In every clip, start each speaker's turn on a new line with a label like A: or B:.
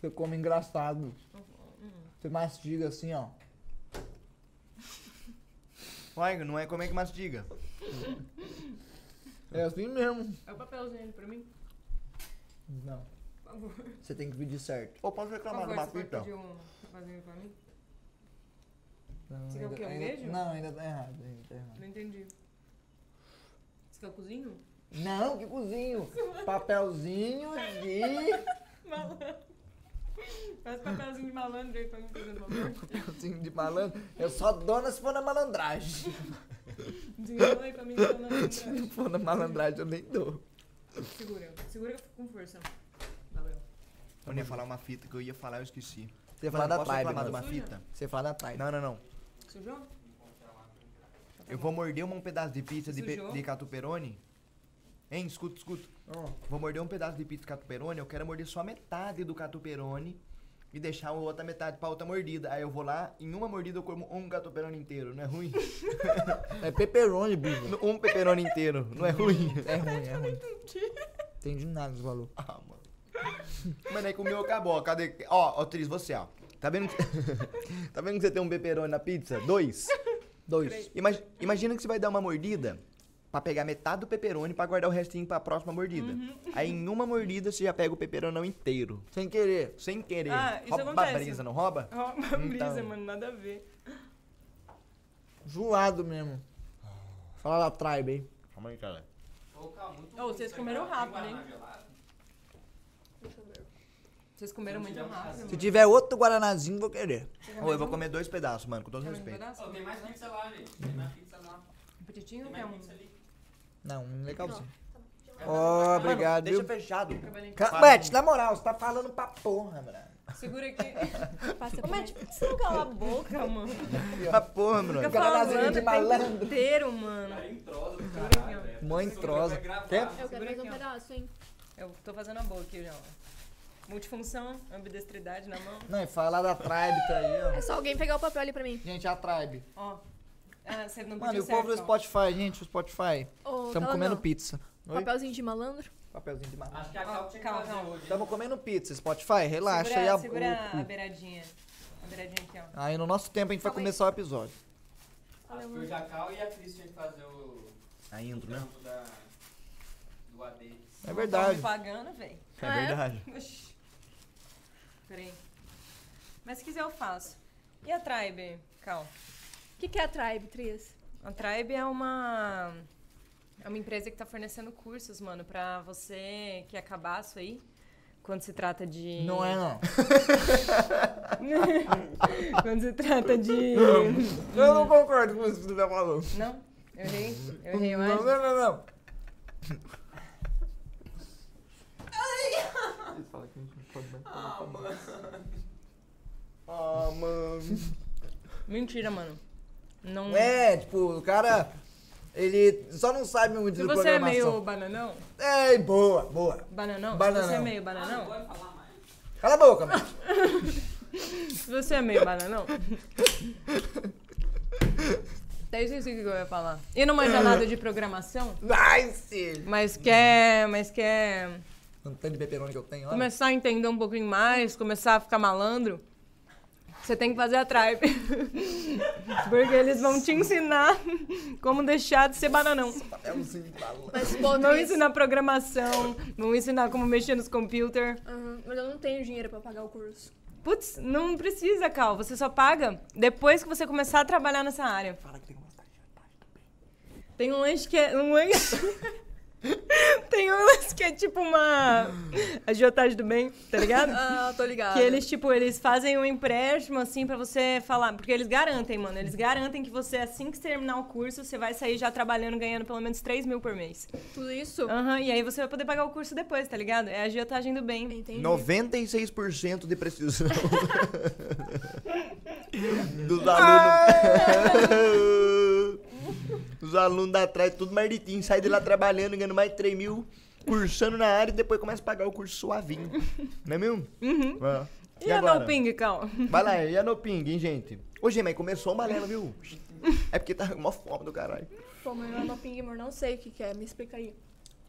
A: Você come engraçado. Você mastiga assim, ó.
B: Uai, não é como é que mastiga?
A: É assim mesmo.
C: É o papel higiênico pra mim?
A: Não.
C: Por favor.
A: Você tem que pedir certo.
B: Pô, posso
C: Por
B: reclamar de
C: favor,
B: uma
C: você pode
B: fita?
C: pedir um vasinho pra mim?
A: Não,
C: Você quer o
A: ainda-
C: quê? Um
A: ainda-
C: beijo?
A: Não, ainda tá errado. Ainda tá errado.
C: Não entendi. Você quer o cozinho?
A: Não, que cozinho. Papelzinho de.
C: Malandro. Faz papelzinho de malandro aí pra mim fazer favor.
A: Papelzinho de malandro. Eu só dou se for na malandragem.
C: Desenrola aí pra mim, então, na
A: Se
C: lembrança.
A: não for na malandragem, eu nem dou.
C: Segura. Segura com força. Valeu.
B: Eu não ia falar uma fita que eu ia falar, eu esqueci.
A: Você
B: Mano,
A: fala da
B: posso
A: Taiba.
B: reclamar de uma
A: mano.
C: Suja?
B: fita?
A: Você fala da Taiba.
B: Não, não, não.
C: Sujou?
B: Eu vou morder um pedaço de pizza de, pe-
C: Sujou?
B: de catuperone. Hein, escuta, escuta.
A: Ó,
B: Vou morder um pedaço de pizza de catuperone, eu quero morder só metade do catuperone e deixar a outra metade pra outra mordida. Aí eu vou lá, em uma mordida eu como um catuperone inteiro, não é ruim?
A: É peperoni, bicho.
B: um peperone inteiro, não é ruim?
A: É ruim, é ruim. Entendi nada dos valores.
B: Ah, mano. Mano, é aí comeu, acabou. Cadê? Ó, ó, Tris, você, ó. Tá vendo que, tá vendo que você tem um peperoni na pizza? Dois.
A: Dois.
B: Imag- imagina que você vai dar uma mordida pra pegar metade do peperoni pra guardar o restinho pra próxima mordida.
C: Uhum.
B: Aí em uma mordida você já pega o peperonão inteiro.
A: Sem querer.
B: Sem querer.
C: Ah, isso
B: rouba a
C: acontece.
B: brisa, não rouba?
C: Ó, uma brisa,
B: Então.
C: mano, nada a ver.
A: Zoado mesmo. Fala da Tribe, hein?
B: Calma aí, cara.
C: Ô, vocês
D: é
C: comeram rápido, hein? Vocês comeram muito rápido,
A: Se
C: mano.
A: tiver outro Guaranazinho, vou querer.
B: Ô, um eu vou comer dois pedaços, mano, com todo
C: Quer mais um
B: respeito.
C: pedaço?
D: Ô, tem mais pizza lá, gente. Tem mais pizza lá.
C: Petitinho
D: Tem
C: ou quer
D: mais
C: um?
D: pizza ali.
A: Não, não é calcinha. Ó,
B: Mano,
A: obrigado,
B: Deixa
A: viu?
B: fechado.
C: Trabalhei.
A: Ca- Beth, na moral, você tá falando pra porra, mano.
C: Segura aqui.
E: Passa Ô,
C: tipo,
E: Matt, por que você não cala a boca, mano?
B: Mas Tá porra, mano.
C: Fica
A: Guaranazinho
C: falando
A: de
C: o
A: malandro.
C: tempo inteiro, um, mano.
D: Cara, entrosa Tá do caralho, velho.
A: Mó entrosa.
D: Quer?
E: Eu quero
C: Segura
E: mais um
C: aqui, ó.
E: pedaço, hein?
C: Eu tô fazendo a boa aqui já, ó. Multifunção, ambidestridade na mão.
A: Não, e falar da Tribe tá aí,
E: É
A: ó.
E: só alguém pegar o papel ali pra mim.
A: Gente, a Tribe.
C: Ó. Ah, você não
A: Mano, e
C: pediu
A: o povo do
C: certo, ó.
A: Spotify, gente, o Spotify.
E: Ô,
A: Estamos
E: cala
A: comendo
E: não.
A: pizza. Oi?
E: Papelzinho de malandro.
A: Papelzinho de malandro.
D: Acho que a Cal tinha que
C: Calma,
D: fazer
C: calma.
D: hoje.
A: Estamos comendo pizza, Spotify, relaxa
C: segura,
A: aí a
C: segura a
A: o cu.
C: beiradinha. A beiradinha aqui, ó.
A: Aí no nosso tempo a gente vai
E: Calma aí.
A: começar o episódio.
D: Acho que o Jacal e a Cris tinham que fazer o
B: A intro, né?
D: trampo da... do AD.
A: É
C: Tão
A: verdade.
C: me pagando, velho.
B: É
E: Ah, é?
B: verdade.
C: um Oxi. Peraí. Mas se quiser eu faço. E a Tribe, Cal?
E: O que, que é a Tribe, Trias?
C: A Tribe é uma é uma empresa que tá fornecendo cursos, mano, pra você que é cabaço aí, quando se trata de
A: Não é, não.
C: quando se trata de
A: Eu não concordo com isso que você tá falando.
C: Não, eu errei. Eu errei, eu
A: Não, não,
C: acho.
A: não, não.
B: Ah, mano.
C: Mentira, mano. Não.
A: É, tipo, o cara. Ele só não sabe muito
C: Se
A: de
C: você é meio
A: programação.
C: bananão,
A: Ei, boa, boa.
C: bananão, se você é
A: Bananão.
C: meio
D: Ah, não
C: bananão,
D: pode falar mais.
A: Cala a boca, mano.
C: se você é meio bananão. Até esqueci o que eu ia falar. E não manja nada de programação,
A: Vai, sim.
C: mas quer, mas quer
A: Não tem Um de peperoni que eu tenho, olha.
C: começar a entender um pouquinho mais, começar a ficar malandro, você tem que fazer a tribe. Porque eles vão te ensinar como deixar de ser bananão.
A: É um sim de balão.
E: Mas, pô,
C: Vão
E: Trias...
C: ensinar programação, vão ensinar como mexer nos computers.
E: Aham, mas eu não tenho dinheiro pra pagar o curso.
C: Putz, não precisa, Cal. Você só paga depois que você começar a trabalhar nessa área.
A: Fala que tem uma
C: Tem um lanche que é. Um lanche... Tem um lanche que é tipo uma. Agiotagem do bem, tá ligado?
E: Ah, tô ligada.
C: Que eles, tipo, eles fazem um empréstimo, assim, pra você falar. Porque eles garantem, mano. Eles garantem que você, assim que você terminar o curso, você vai sair já trabalhando, ganhando pelo menos 3 mil por mês.
E: Tudo isso?
C: Aham, e aí você vai poder pagar o curso depois, tá ligado? É a agiotagem do bem.
E: Entendi.
B: 96% de precisão dos alunos. Os alunos da trás, tudo marditinho, sai de lá trabalhando, ganhando mais de 3 mil, cursando na área e depois começa a pagar o curso suavinho. Não é mesmo? Uhum.
C: E, a No Ping, Cal?
B: Vai lá, e a no ping, hein, gente? Ô, gente, mas começou uma balela, viu? É porque tá com uma fome do caralho.
E: Pô, mas eu não pingue, amor, não sei o que, que é. Me explica aí.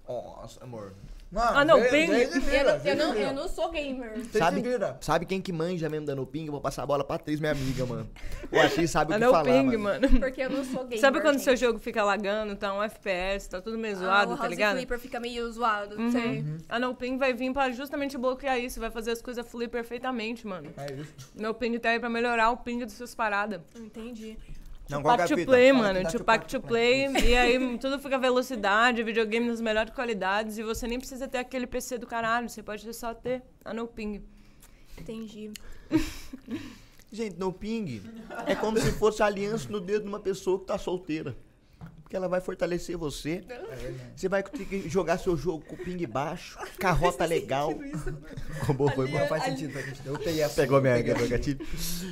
B: Nossa, amor.
A: Mano,
C: Ah, não,
A: vê-
C: bem-
A: vê e se
E: Eu
A: vira,
E: não,
A: vê e
E: eu,
A: se
E: não,
A: vira.
E: eu não sou gamer.
A: Você se
B: Sabe,
A: vira.
B: sabe quem que manja mesmo dando ping? Eu vou passar a bola pra atriz, minha amiga, mano. O atriz sabe o
C: Ah,
B: que
C: não
B: falar,
C: ping,
B: mano.
C: mano.
E: Porque eu não sou gamer.
C: Sabe quando seu
E: gente.
C: jogo fica lagando, tá um FPS, tá tudo meio
E: Ah,
C: zoado,
E: o
C: tá
E: House
C: ligado?
E: Flipper fica meio zoado. Sei.
A: Uhum.
C: A No Ping vai vir pra justamente bloquear isso, vai fazer as coisas fluir perfeitamente, mano.
A: É isso.
C: No Ping tá aí pra melhorar o ping dos seus paradas.
E: Entendi.
A: Não, qual que é
C: Pack
A: a
C: to
A: fita?
C: play,
A: Fala que
C: mano.
A: dá
C: Tipo pack to play. E aí tudo fica velocidade, videogame nas melhores qualidades. E você nem precisa ter aquele PC do caralho. Você pode só ter a No Ping.
E: Entendi.
B: Gente, no ping é como se fosse a aliança no dedo de uma pessoa que tá solteira. Porque ela vai fortalecer você. Você vai ter que jogar seu jogo com ping baixo, carrota legal. Como foi,
A: Não
B: mano?
A: faz sentido, faz sentido. Eu tenho essa.
B: Pegou minha
A: eu peguei essa.
B: gatilho.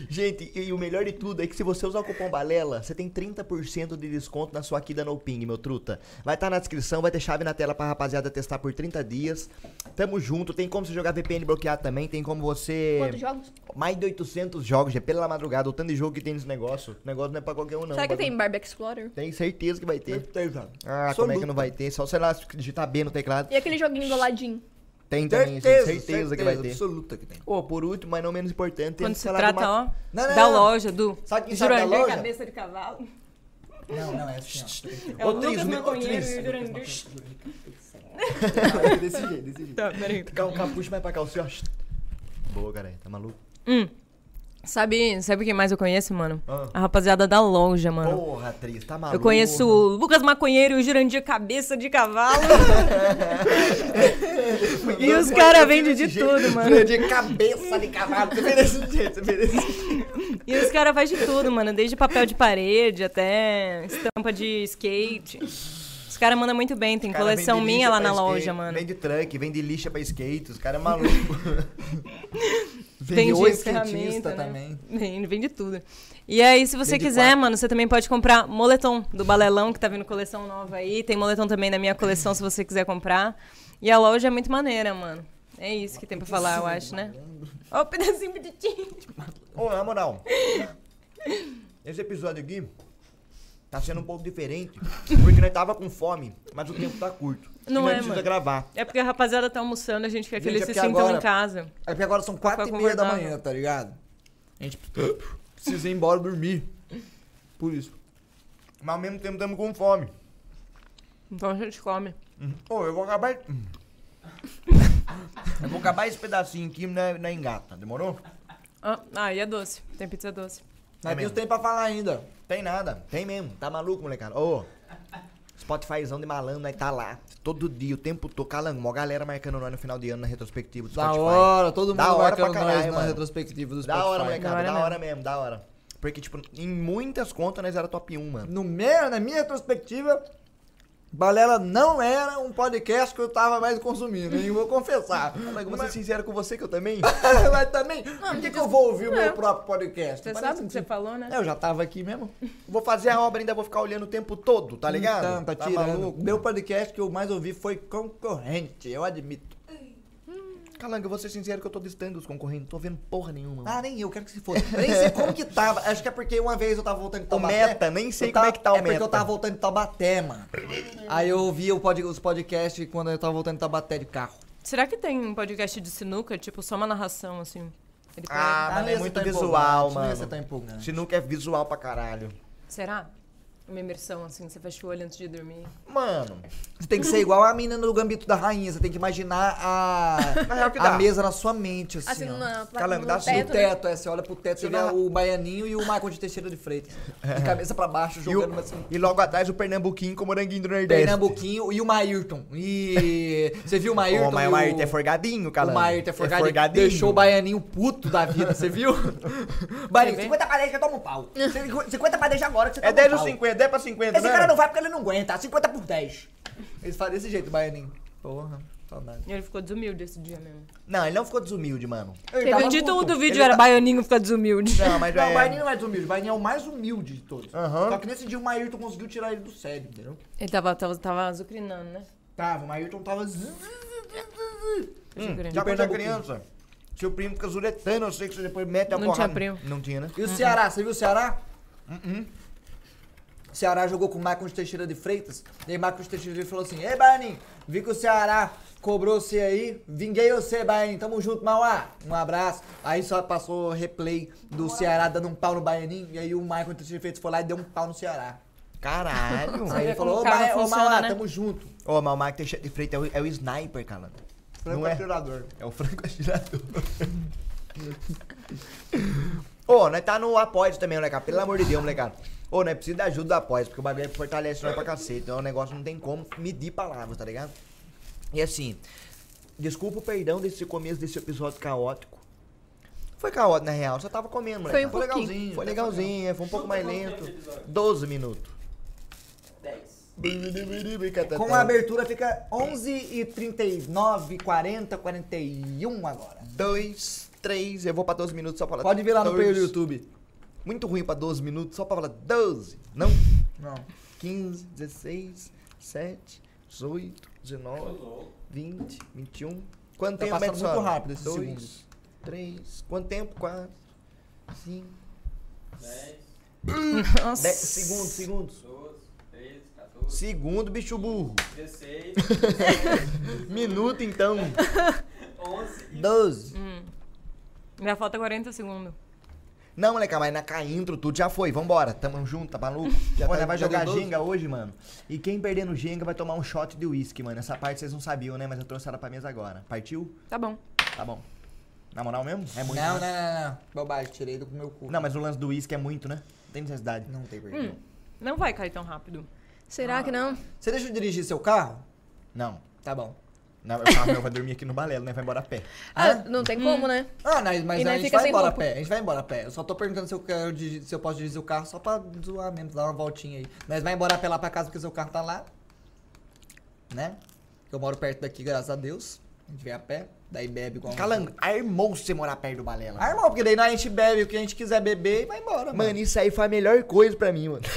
B: Gente, e, e o melhor de tudo é que se você usar o cupom Balela, você tem 30% de desconto na sua Kida No Ping, meu truta. Vai estar na descrição, vai ter chave na tela pra rapaziada testar por 30 dias. Tamo junto, tem como você jogar VPN bloqueado também, tem como
A: É,
B: você...
E: Quantos jogos?
B: Mais de 800 jogos, gente, pela madrugada, o tanto de jogo que tem nesse negócio. O negócio não é pra qualquer um, não.
E: Será que
B: bagulho.
E: tem Barba Explorer?
B: Tem certeza que vai
A: Eu
B: ter.
A: tenho, velho.
B: Ah, como é que não vai ter? Só, sei lá, se digitar B no teclado.
E: E aquele joguinho do Aladdin?
B: Tem também, gente,
A: Certeza,
B: certeza, que vai ter.
A: Absoluta que tem.
B: Ô, por último, mas não menos importante, tem
C: Quando
B: que
C: se
B: falar de
C: trata,
B: uma-
C: ó,
A: Não, não,
C: da
A: não.
C: loja, do
A: É. Sabe quem sabe da
C: Jurandir
A: loja?
C: cabeça de cavalo.
A: Não, não, é assim, ó.
C: É o
B: Ô, Tris,
C: Lucas
B: me- ô,
C: Maconheiro
B: Tris.
C: e o Jurandir.
A: desse jeito, desse jeito.
C: Tá, peraí.
B: Ca- Capucho mais um pra cá, o senhor. Boa, cara, tá maluco?
C: Hum. Sabe, sabe quem mais eu conheço, mano?
B: Ah.
C: A rapaziada da loja, mano.
B: Porra, atriz, tá maluco?
C: Eu conheço o Lucas Maconheiro e o Jurandir Cabeça de Cavalo. e os caras vendem de tudo, mano.
B: De cabeça de cavalo, você merece jeito, você merece.
C: E os caras fazem de tudo, mano. Desde papel de parede até estampa de skate. Os caras mandam muito bem. Tem
B: Cara,
C: coleção
B: vende
C: minha
B: lixa
C: lá
B: pra
C: na loja,
B: skate,
C: mano.
B: Vende truck, vende lixa pra skate, os caras é maluco.
A: Vende
C: Vende
A: o
C: ferramenta,
A: skatista
C: né?
A: também.
C: Vende, vende tudo. E aí, se você
A: Vende
C: quiser,
A: quatro.
C: mano, você também pode comprar moletom do Balelão, que tá vindo coleção nova aí. Tem moletom também na minha coleção, se você quiser comprar. E a loja é muito maneira, mano. É isso que tem pra falar, eu acho, né? Ó, o pedacinho bonitinho.
B: Ô, na moral, esse episódio aqui tá sendo um pouco diferente, porque nós tava com fome, mas o tempo tá curto. E
C: Não
B: nós
C: é,
B: precisa
C: mano.
B: gravar.
C: É porque a rapaziada tá almoçando, a gente quer que
A: Gente,
C: eles
A: é
C: se
A: porque
C: sintam
A: agora-
C: em casa.
A: É porque agora são quatro e
C: Fica
A: meia da
C: confortável.
A: manhã, tá ligado? A gente precisa ir embora dormir. Por isso.
B: Mas ao mesmo tempo tamo com fome.
C: Então a gente come.
B: Ô, eu vou acabar. eu vou acabar esse pedacinho aqui
A: é,
B: na, na engata, demorou?
C: Ah, ah, e é doce. Tem pizza doce.
A: Mas
B: É
A: Deus
B: mesmo.
A: tem pra falar ainda.
B: Tem nada, tem mesmo. Tá maluco, molecada? Ô, Spotifyzão de malandro, nós tá lá. Todo dia, o tempo todo, calango. Mó galera marcando nós no final de ano na retrospectiva do
A: Da
B: Spotify.
A: hora, todo mundo
B: Da hora
A: marcando
B: pra caralho,
A: nós na
B: mano.
A: retrospectiva do Spotify.
B: Da hora, molecada,
C: Da hora
B: da hora mesmo, da hora. Porque, tipo, em muitas contas nós era top 1, mano.
A: No meu, na minha retrospectiva, Balela não era um podcast que eu tava mais consumindo, e eu vou confessar.
B: Mas eu vou ser sincero com você que eu também.
A: Mas também, por que, que eu vou ouvir o
C: É.
A: meu próprio podcast?
C: Você
A: Parece
C: sabe o que você falou, né?
A: É, Eu já tava aqui mesmo.
B: Vou fazer a obra e ainda vou ficar olhando o tempo todo, tá ligado?
A: Então, tá tirando.
B: maluco?
A: meu podcast que eu mais ouvi foi concorrente, eu admito.
B: Calango, eu vou ser sincero que eu tô distante dos concorrentes, não tô vendo porra nenhuma. mano.
A: Ah, nem eu, quero que se fosse. Nem sei como que tava. Acho que é porque uma vez eu tava voltando de
B: O
A: Taubaté.
B: meta, nem sei
A: Eu
B: como
A: tava-
B: é que tá o
A: É porque
B: meta.
A: eu tava voltando de Taubaté, mano. Aí eu ouvia o pod- os podcasts quando eu tava voltando de Taubaté de carro.
C: Será que tem um podcast de sinuca? Tipo, só uma narração, assim. Ele
B: Ah, mas
A: não
B: não
A: ia
B: é
A: ser
B: muito
A: tão
B: visual,
A: empolgante, Não ia
B: mano.
A: ser tão empolgante.
B: Sinuca é visual pra caralho.
C: Será? Uma imersão, assim, você fecha o olho antes de dormir.
B: Mano,
A: Você tem que ser igual a menina do Gambito da Rainha. Você tem que imaginar a,
B: Na real que
A: a
B: dá.
A: mesa na sua mente, assim,
E: Assim,
A: ó.
E: numa
B: Calango,
E: num
B: dá assim,
A: No
E: teto, né?
A: teto, é. Você olha pro teto, você
B: Se
A: vê
B: não-
A: o Baianinho e o Michael de Teixeira de Freitas. De cabeça pra baixo,
B: É. e, o-
A: jogando assim.
B: e logo atrás o Pernambuquinho com o Moranguinho do Nordeste.
A: Pernambuquinho e o Maírton. E você viu o Maírton?
B: Ô, mas
A: e
B: o Maírton é forgadinho,
A: o
B: Calango.
A: Maírton é forgadinho.
B: forgadinho.
A: Deixou o Baianinho puto da vida, você viu? Baianinho,
C: Quer ver?
A: 50 pra 10 que eu tomo um pau. 50 pra 10 agora que você toma
B: É
A: um
B: 10 ou
A: pau.
B: 50, 10 pra 50,
A: Esse
B: né?
A: cara não vai porque ele não aguenta. 50 por 10. Eles falam desse jeito, Baianinho. Porra, saudade.
C: E ele ficou desumilde esse dia mesmo.
B: Não, ele não ficou desumilde, mano.
A: Ele
C: Teve
A: tava
C: um título
A: puto.
C: do vídeo
A: Ele
C: era
A: tá-
C: Baianinho fica desumilde.
B: Não, mas
A: Não,
B: é...
A: o Baianinho não é desumilde. O Baianinho é o mais humilde de todos.
B: Aham.
A: Só que nesse dia o Maírton conseguiu tirar ele do sério, entendeu?
C: Ele tava, tava, tava azucrinando, né?
B: Hum,
A: Tava, o Maírton tava...
B: Já
C: Azucrinando.
B: quando era
A: Pernambuco.
B: criança, seu primo fica zuretando, eu sei que você depois mete a
C: Não
B: porrada.
C: tinha primo.
B: Não tinha, né?
A: E o Ceará? Você viu o Ceará? Ceará jogou com o Marcos Teixeira de Freitas. E aí Marcos Teixeira falou assim: Ei, Baianinho, vi que o Ceará cobrou você aí. Vinguei você, Baianinho. Tamo junto, Mauá. Um abraço. Aí só passou replay do Ceará dando um pau no Baianinho. E aí o Marcos Teixeira de Freitas foi lá e deu um pau no Ceará.
B: Caralho.
A: Aí
C: vê
A: ele falou:
C: como
A: Ô,
C: o carro
A: Baia- ô
C: funciona,
A: Mauá,
C: né?"
A: tamo junto.
B: Ô, mas o Marco Teixeira de Freitas é o, é o sniper, calando.
A: "Tá
B: Não é?
A: atirador.
B: É o franco atirador. Ô, nós tá no apoio também, molecada. Pelo amor de Deus, molecada. Ô, nós precisa da ajuda do apoio, porque o bagulho é fortalece nós pra cacete. Então o negócio não tem como medir palavras, tá ligado? E assim, desculpa o perdão desse começo desse episódio caótico. Foi caótico, na real. Só tava comendo, moleque.
E: Foi um pouquinho.
B: legalzinho. Foi legalzinho, foi um pouco mais
D: quanto tempo
B: lento.
D: de episódio?
B: 12 minutos.
D: 10.
B: é
A: Com a abertura fica 11 e 39, 40, 41 agora.
B: Dois, três, eu vou pra 12 minutos só pra falar.
A: Pode ver lá no
B: dois.
A: player do YouTube.
B: Muito ruim pra 12 minutos só pra falar 12. Não,
A: Não.
B: 15, 16, 7, 18, 19, 20, 21. Quanto
A: Tá
B: tempo
A: passando
B: Edson?
A: muito rápido esses
B: Dois,
A: segundos.
B: Três, quanto tempo? Quatro, cinco,
D: 10,
C: Nossa.
B: dez segundos, segundos.
D: 12, 13, 14,
B: Segundo, bicho burro.
D: 16,
B: Minuto então.
D: 11 e
B: 12.
C: Já falta 40 é segundos.
B: Não, moleque, mas na intro tudo já foi. Vambora, tamo junto, tá maluco? Já
A: tá-
B: vai
A: já
B: jogar
A: deu 12?
B: Jenga hoje, mano. E quem perder no Jenga vai tomar um shot de uísque, mano. Essa parte vocês não sabiam, né? Mas eu trouxe ela pra mesa agora. Partiu?
C: Tá bom.
B: Tá bom. Na moral mesmo? É muito.
A: Não, não,
B: né?
A: não, não. Bobagem, tirei do meu cu.
B: Não, mas o lance do uísque é muito, né? Não tem necessidade.
A: Não tem porquê.
C: Não vai cair tão rápido.
E: Será
A: Ah.
E: que não?
A: Você deixa eu dirigir seu carro?
B: Não.
A: Tá bom.
B: Não, eu falo, meu, vai dormir aqui no balelo, né? Vai embora a pé.
E: Ah, não tem como, né?
A: Ah, não, mas
E: E
A: a
E: nós
A: gente
E: fica
A: vai
E: sem
A: embora a
E: roupa.
A: pé. A gente vai embora a pé. Eu só tô perguntando se eu, quero dirigir- se eu posso dirigir o carro só pra zoar mesmo, dar uma voltinha aí. Nós vai embora a pé lá pra casa porque seu carro tá lá. Né? Eu moro perto daqui, graças a Deus. A gente vem a pé, daí bebe igual. um-
B: Calango, armou você morar perto do balela.
A: Ah, irmão, porque daí nós a gente bebe o que a gente quiser beber e vai embora.
B: Mano, isso aí foi a melhor coisa pra mim, mano.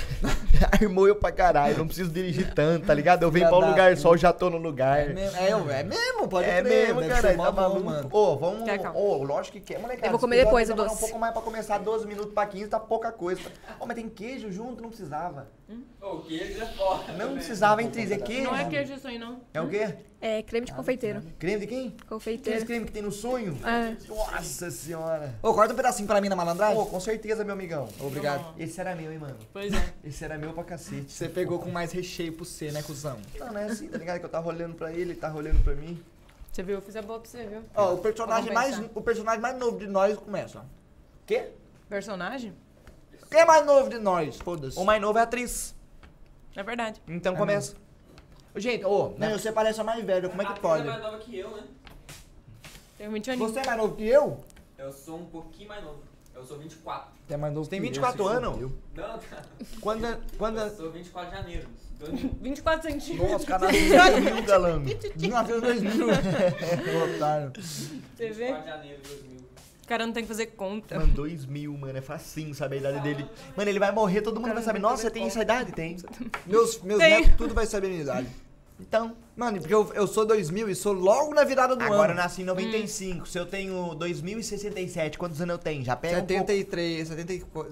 B: Armou eu pra caralho, não preciso dirigir tanto, tá ligado? Eu venho pra um
A: Filha da
B: lugar só, eu já tô no lugar.
A: É mesmo, é, eu- é mesmo, pode
B: É
A: crer,
B: mesmo,
A: deve
B: cara,
A: ser mó
B: tá
A: bom,
B: maluco.
A: mano.
B: Ô, vamos.
C: Quer, calma.
B: Ô, lógico que quer, molecada.
E: Eu vou
B: se
E: comer
B: quiser,
E: depois o
B: demorar um
E: doce.
B: pouco mais pra começar, 12 minutos pra 15, tá pouca coisa. Ô, mas tem queijo junto? Não precisava.
D: O queijo é foda.
B: Não
D: né?
B: precisava, hein, Tris? É queijo?
C: Não é queijo isso aí, não.
B: É o quê?
E: É creme
A: Ah,
E: de confeiteiro.
B: Creme de quem? Aquele
E: Confeiteiro.
B: creme que tem no sonho?
E: É.
B: Nossa senhora.
A: Ô, corta um pedacinho pra mim na malandragem.
B: Ô, com certeza, meu amigão.
A: Obrigado.
B: Esse era meu, hein, mano.
C: Pois é.
B: Esse era meu pra cacete.
A: Você pegou com mais recheio pro C, né, cuzão?
B: Não, não é assim, tá ligado? Que eu tava olhando pra ele, ele tava olhando pra mim.
C: Você viu? Eu fiz a boa pra você, viu?
A: Ó, o personagem,
C: Vamos
A: mais,
C: pensar.
A: o personagem mais novo de nós começa.
B: Quê?
C: Personagem?
A: Quem é mais novo de nós? Foda-se.
B: O mais novo é atriz.
C: É verdade.
B: Então começa. Gente, ô,
A: Não, você parece a mais velha, como é
E: Ah,
D: A
A: que
D: Cris
A: pode?
D: é mais nova que eu, né?
C: Tenho 20 anos.
A: Você é mais novo que eu?
D: Eu sou um pouquinho mais novo. Eu sou 24.
A: Você é mais novo
B: tem
A: que eu,
B: 24
A: se
B: anos.
A: fudeu.
D: Não, cara.
B: Quando, é,
D: Eu
B: quando...
D: sou 24 de janeiro. 2000.
C: 24 centímetros.
B: Nossa, cada mil galango.
A: 1900, 2000. É, né? otário.
C: Você vê?
D: 24 de janeiro de 2000.
C: O cara não tem que fazer conta.
B: Mano, 2 mil, mano, é facinho saber a idade dele. Mano, ele vai morrer, todo mundo vai saber. Nossa,
E: é
B: você tem essa idade? Tem.
A: Meus, meus
C: Tem.
A: netos, tudo vai saber a minha idade.
B: Então,
A: Mano, porque eu, eu sou 2000 e sou logo na virada do
B: agora eu
A: ano.
B: nasci em
E: Hum.
B: 95. Se eu tenho 2067, quantos anos eu tenho? Já
A: é
B: pega um pouco.
A: 73, 70 e co-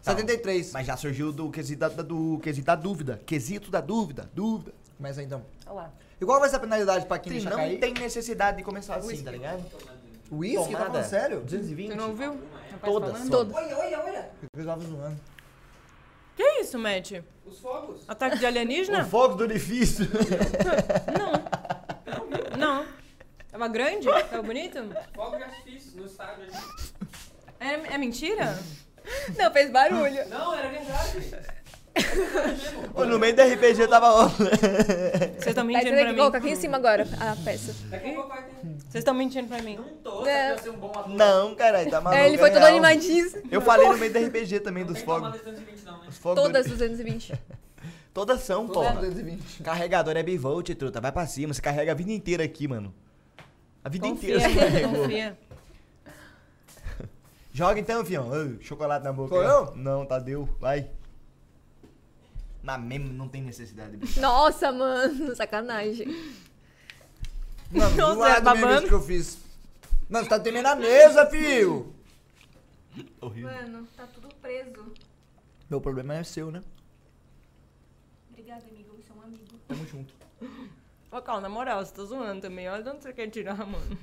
A: 73.
B: Mas já surgiu do quesito da, da- do quesito da dúvida. Quesito da dúvida. Dúvida.
A: Começa aí, então.
C: Olha lá.
A: E qual vai ser a penalidade pra quem
B: Tri,
A: deixar
B: não
A: cair?
B: tem necessidade de
E: É
B: começar assim, tá ligado?
A: Whisky? Tá
B: Tomada.
A: falando sério?
B: 220?
C: Você Então não ouviu?
E: tá
C: Rapaz
B: Todas.
C: falando?
E: Todas.
D: Olha, olha, olha.
A: Eu tava zoando.
C: Que isso, Matt?
D: Os fogos.
C: Ataque de alienígena?
B: O fogo do orifício.
C: Não. Tava grande? Tava bonito?
D: Fogos de artifício no estádio. ali.
C: É, é mentira?
E: Não, fez barulho.
A: Ah.
D: Não, era verdade.
B: Ô, no meio do RPG tava. ó.
C: Vocês estão
E: Vai
C: mentindo
E: ter
C: pra
E: que
C: mim.
E: colocar aqui em cima agora a peça.
D: Daqui a pouco vai ter.
C: Vocês estão mentindo pra mim.
D: Não tô,
E: É.
D: é. ser um bom ator.
B: Não, caralho, tá
A: Ah,
B: maluco.
E: É, ele foi
B: é
E: todo
A: um.
B: real.
E: animadíssimo.
B: Eu falei no meio do RPG também
D: Não
B: dos
D: tem que tomar
B: fogos.
D: lesão de 20, não, né?
B: Os fogos do
E: Todas
B: orifício.
E: 220.
B: Todas são, pô.
A: 220.
B: Carregador é bivolt, truta. Vai pra cima. Você carrega a vida inteira aqui, mano. A vida
C: Confia,
B: inteira você carregou.
C: confia.
B: Joga então, fião. Ô, chocolate na boca.
A: Sou eu?
B: Não, Tadeu. Vai. Mas mesmo não tem necessidade. bicho.
E: Nossa, mano, sacanagem.
A: Mano,
C: Nossa,
A: zoado
C: é babando.
A: mesmo isso que eu fiz. Mano, você tá temendo a mesa, filho.
B: Horrível.
E: Mano, tá tudo preso.
A: Meu problema é seu, né?
F: Obrigada, amigo. Você é um amigo.
B: Tamo junto.
C: Ô, Cal, na moral, você tá zoando também. Olha de onde você quer tirar, mano.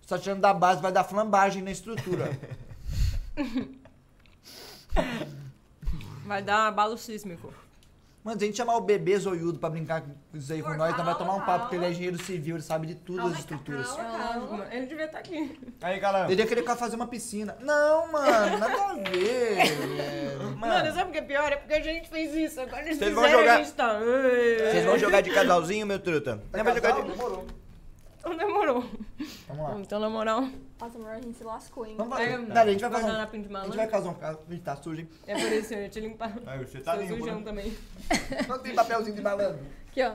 A: Você tá tirando da base, vai dar flambagem na estrutura.
C: Vai dar abalo sísmico.
A: Mano, se a gente chamar o bebê zoiudo pra brincar com isso aí com
F: Por
A: nós, então vai
F: calma,
A: tomar um papo,
F: calma.
A: porque ele é engenheiro civil, ele sabe de tudo
F: Calma,
A: as estruturas.
F: calma.
C: Ele devia estar aqui.
B: Aí, galera.
A: Ele ia querer cá fazer uma piscina. Não, mano, nada a ver. velho.
C: Mano, sabe o que é pior? É porque a gente fez isso. Agora eles
B: Vocês
C: fizeram
B: vão
C: e
B: jogar-
C: a gente tá...
B: Vocês vão jogar de casalzinho, meu truta?
A: Tá
B: Não vai jogar
A: casal?
B: de...
A: Demorou.
C: Então demorou.
A: Vamos lá.
C: Então, na moral...
F: Nossa, melhor a gente se lascou, hein?
A: Vamos
C: Aí,
A: fazer. Não, a gente vai fazer
C: guardar
A: um...
C: na pinta de
A: A
C: malandro.
A: gente vai casar um caso, a gente tá sujo, hein?
C: É por isso, eu ia te limpar.
B: Aí, você
A: Tá
B: tá né?
C: Seu
A: né?
C: sujão também.
A: Não tem papelzinho de malandro.
E: Aqui, ó.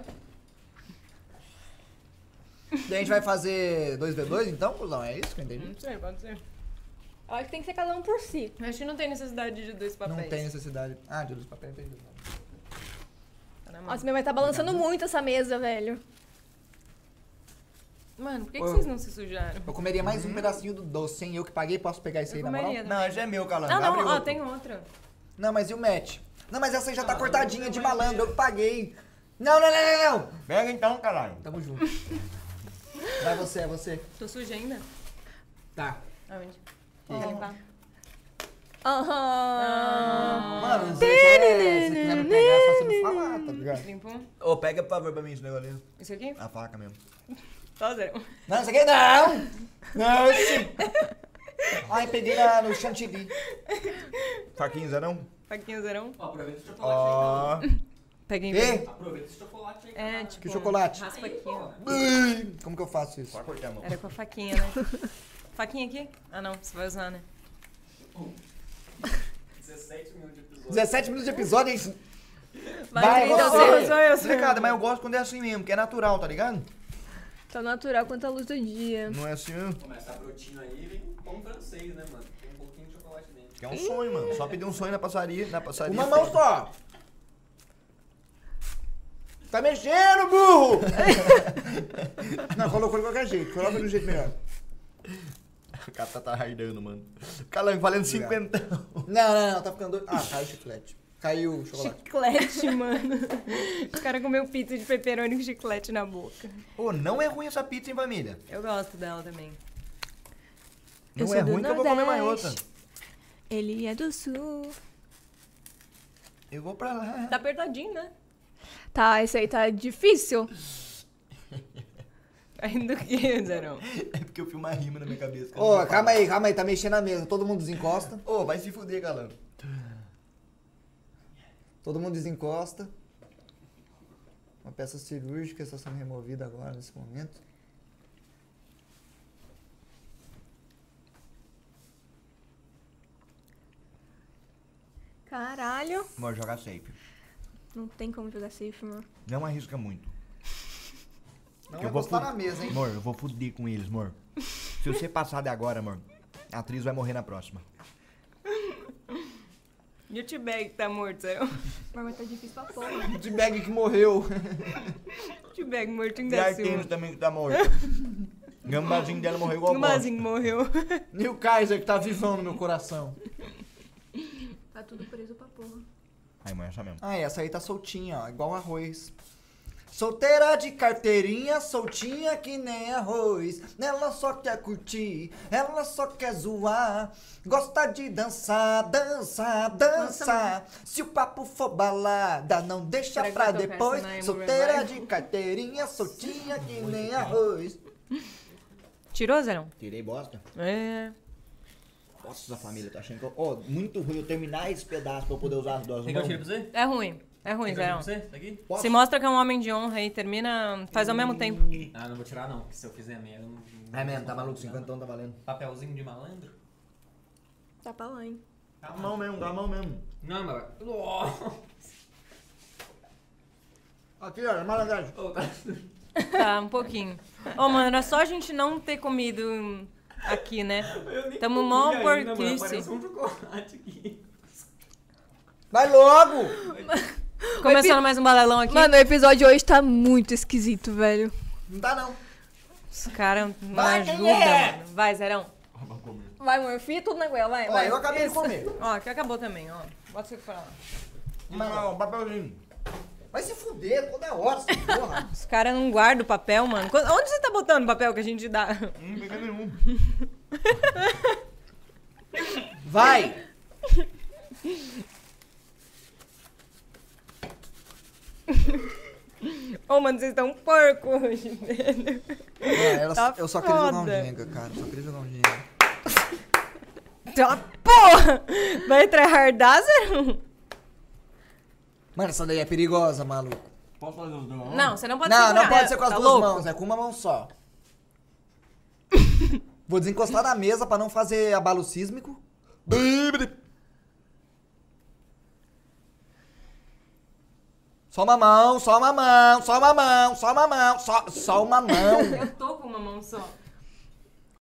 A: E a gente vai fazer 2v2 então, cuzão? É isso que eu entendi?
C: Não sei, Hum, pode ser.
E: Eu acho que tem que ser cada um por si.
C: Eu acho que não tem necessidade de dois papéis.
A: Não tem necessidade. Ah, de luz papel, entendi.
C: Tá na mão.
E: Nossa, minha mãe tá balançando muito essa mesa, velho.
C: Mano, por que, que
A: Ô.
C: vocês não se sujaram?
A: Eu comeria mais um pedacinho do doce, hein? Eu que paguei, posso pegar isso aí
C: Hum. Eu
A: na moral?
C: comeria.
B: Não, esse é meu, Calango.
C: Ah,
B: Abre
C: não, ó,
B: outro.
C: tem outra.
A: Não, mas e o match? Não, mas essa aí já tá
C: Ah,
A: cortadinha de
C: meu Deus.
A: malandro, eu que paguei. Não, não, não, não, não!
B: Pega então, caralho.
A: Tamo junto. Vai você, é você.
C: Tô suja ainda?
A: Tá.
C: Aonde? Quer limpar?
E: Ah, Aham.
C: Ah.
A: Mano, você quer, você quer me pegar, é só você me falar, tá ligado?
C: Limpo?
B: Ô, pega por favor pra mim esse negócio ali.
C: Isso aqui?
B: A faca mesmo.
C: Só zero. um.
A: Não, você quer não! Não, sim! Ai, peguei na, no chantilly.
B: Faquinha, Zé, não?
C: Faquinha zerão.
D: Ó, aproveita o chocolate
B: Ó.
C: Peguei.
A: Ê,
D: aí. Aproveita o chocolate aí.
C: É, tipo...
A: Que chocolate?
C: Raspa aqui, ó.
A: bui, como que eu faço isso?
B: Só cortar a mão.
C: Era com a faquinha, né? faquinha aqui? Ah, não. Você vai usar, né?
D: 17 mil de episódio.
A: 17 minutos de episódio, hein? Vai,
C: Vai, então,
A: você.
C: você usou, eu sou.
B: Molecada, mas eu gosto quando é assim mesmo, que é natural, tá ligado?
E: Tão tá natural quanto a luz do dia.
B: Não é assim mesmo.
D: Começa a brotinho aí e vem um pão francês, né, mano? Tem um pouquinho de chocolate dentro.
B: Que é um sonho, mano. Só pedir um sonho na passaria. Na passaria. é
A: Uma mão só. Tá mexendo, burro! Não, colocou de qualquer jeito. Coloca de um jeito melhor.
B: O cara tá, tá hardando, mano. Calango, valendo
A: Obrigado.
B: 50.
A: Não, não, não, tá ficando doido. Ah, caiu o chiclete. Caiu o chocolate.
C: Chiclete, mano. o cara comeu pizza de pepperoni com chiclete na boca.
B: Ô, não é ruim essa pizza, hein, família?
C: Eu gosto dela também.
E: Eu
B: Não
E: sou
B: é
E: do
B: ruim que eu vou comer mais outra.
E: Nordeste. Ele é do sul.
B: Eu vou pra lá.
C: Tá apertadinho, né?
E: Tá, esse aí tá difícil.
C: Ainda do que, Zerão?
B: É porque eu fiz uma rima na minha cabeça. cara.
A: Ô, calma aí, calma aí, tá mexendo a mesa. Todo mundo desencosta.
B: Ô, vai se fuder, Calango.
A: Todo mundo desencosta. Uma peça cirúrgica está sendo removida agora, nesse momento.
E: Caralho.
B: Bora jogar safe.
E: Não tem como jogar safe, mano.
B: Não arrisca muito.
A: Não é
B: Eu
A: vai
B: vou
A: encostar
B: pro-
A: na mesa, hein?
B: Amor, eu vou fuder com eles, amor. Se você passar de agora, amor, a atriz vai morrer na próxima.
C: E o T-Bag tá morto, Zerão?
E: Mas tá difícil pra porra.
A: O de bag que morreu.
C: T-Bag mortinho
B: E
C: da
B: a
C: Silva.
B: Artemis também que tá morta. Gambazinho dela morreu igual bosta.
C: Numazinho morreu.
A: E o Kaiser que tá vivão no meu coração.
F: Tá tudo preso pra porra.
B: Ai, mãe, essa mesmo.
A: Ah, essa aí tá soltinha, ó, igual arroz. Solteira de carteirinha, soltinha que nem arroz. Ela só quer curtir, ela só quer zoar. Gosta de dançar, dançar, dançar. Se o papo for balada, não deixa
C: Será que
A: pra
C: vai tocar
A: depois.
C: essa né, na Emo
A: Solteira
C: Revival?
A: de carteirinha, soltinha que nem arroz.
C: Tirou, Zerão?
B: Tirei bosta.
C: É.
B: Nossa, família, tá achando que eu... Ó, muito ruim eu terminar esse pedaço pra eu poder usar as duas
D: Quer que eu tire pra você?
C: É ruim. É ruim,
D: Quer que
C: Zerão.
D: eu tire pra você? Tá aqui?
C: Se mostra que é um homem de honra e termina. Faz ao mesmo tempo.
D: Ah, não vou tirar não, porque se eu fizer merda... eu não-
B: É mesmo, tá maluco, 50 tá valendo.
D: Papelzinho de malandro?
E: Tá pra lá, hein?
D: Tá
B: Dá a mão mesmo, dá a mão mesmo.
D: Não, mas... Nossa!
A: Aqui,
B: é
A: ó, malandragem.
D: Ô, tá...
C: Tá, um pouquinho. Ô, mano, era só a gente não ter comido hum, aqui, né?
D: Eu nem
C: Tamo
D: comi
C: mó
D: ainda, mano,
C: porquice.
D: Apareceu um chocolate aqui.
A: Vai logo!
C: Começando mais um balelão aqui.
E: Mano, o episódio de hoje tá muito esquisito, velho.
A: Não tá não.
C: Os caras não
A: Vai, quem
C: ajudam,
A: é?
C: mano. Vai, Zerão.
E: Vai, amor, fia tudo na goela, vai,
C: É,
A: Ó, eu acabei de comer.
C: Ó, aqui acabou também, ó. Bota você pra lá.
B: Hum,
A: Mano, papelzinho. Vai se fuder toda hora, essa porra.
C: Os caras não guardam o papel, mano. Quando- Onde você tá botando o papel que a gente dá?
B: Hum,
A: Não pega nenhum. Vai!
C: Ô, mano, vocês estão um porco hoje, velho.
A: eu,
C: Tá
A: eu só queria jogar um
C: foda.
A: Jenga, cara. Só queria jogar um Jenga.
C: Tá, porra! Vai tryhardar, Zerum?
A: Mano, essa daí é perigosa, maluco.
D: Posso fazer os dois?
C: Não, você não pode
A: não,
C: segurar.
A: não pode ser com as
C: Tá
A: duas
C: louco?
A: mãos, é com uma mão só. Vou desencostar da mesa pra não fazer abalo sísmico. Só uma mão, só uma mão, só uma mão, só uma mão, só, só uma mão.
C: Eu tô com uma mão só.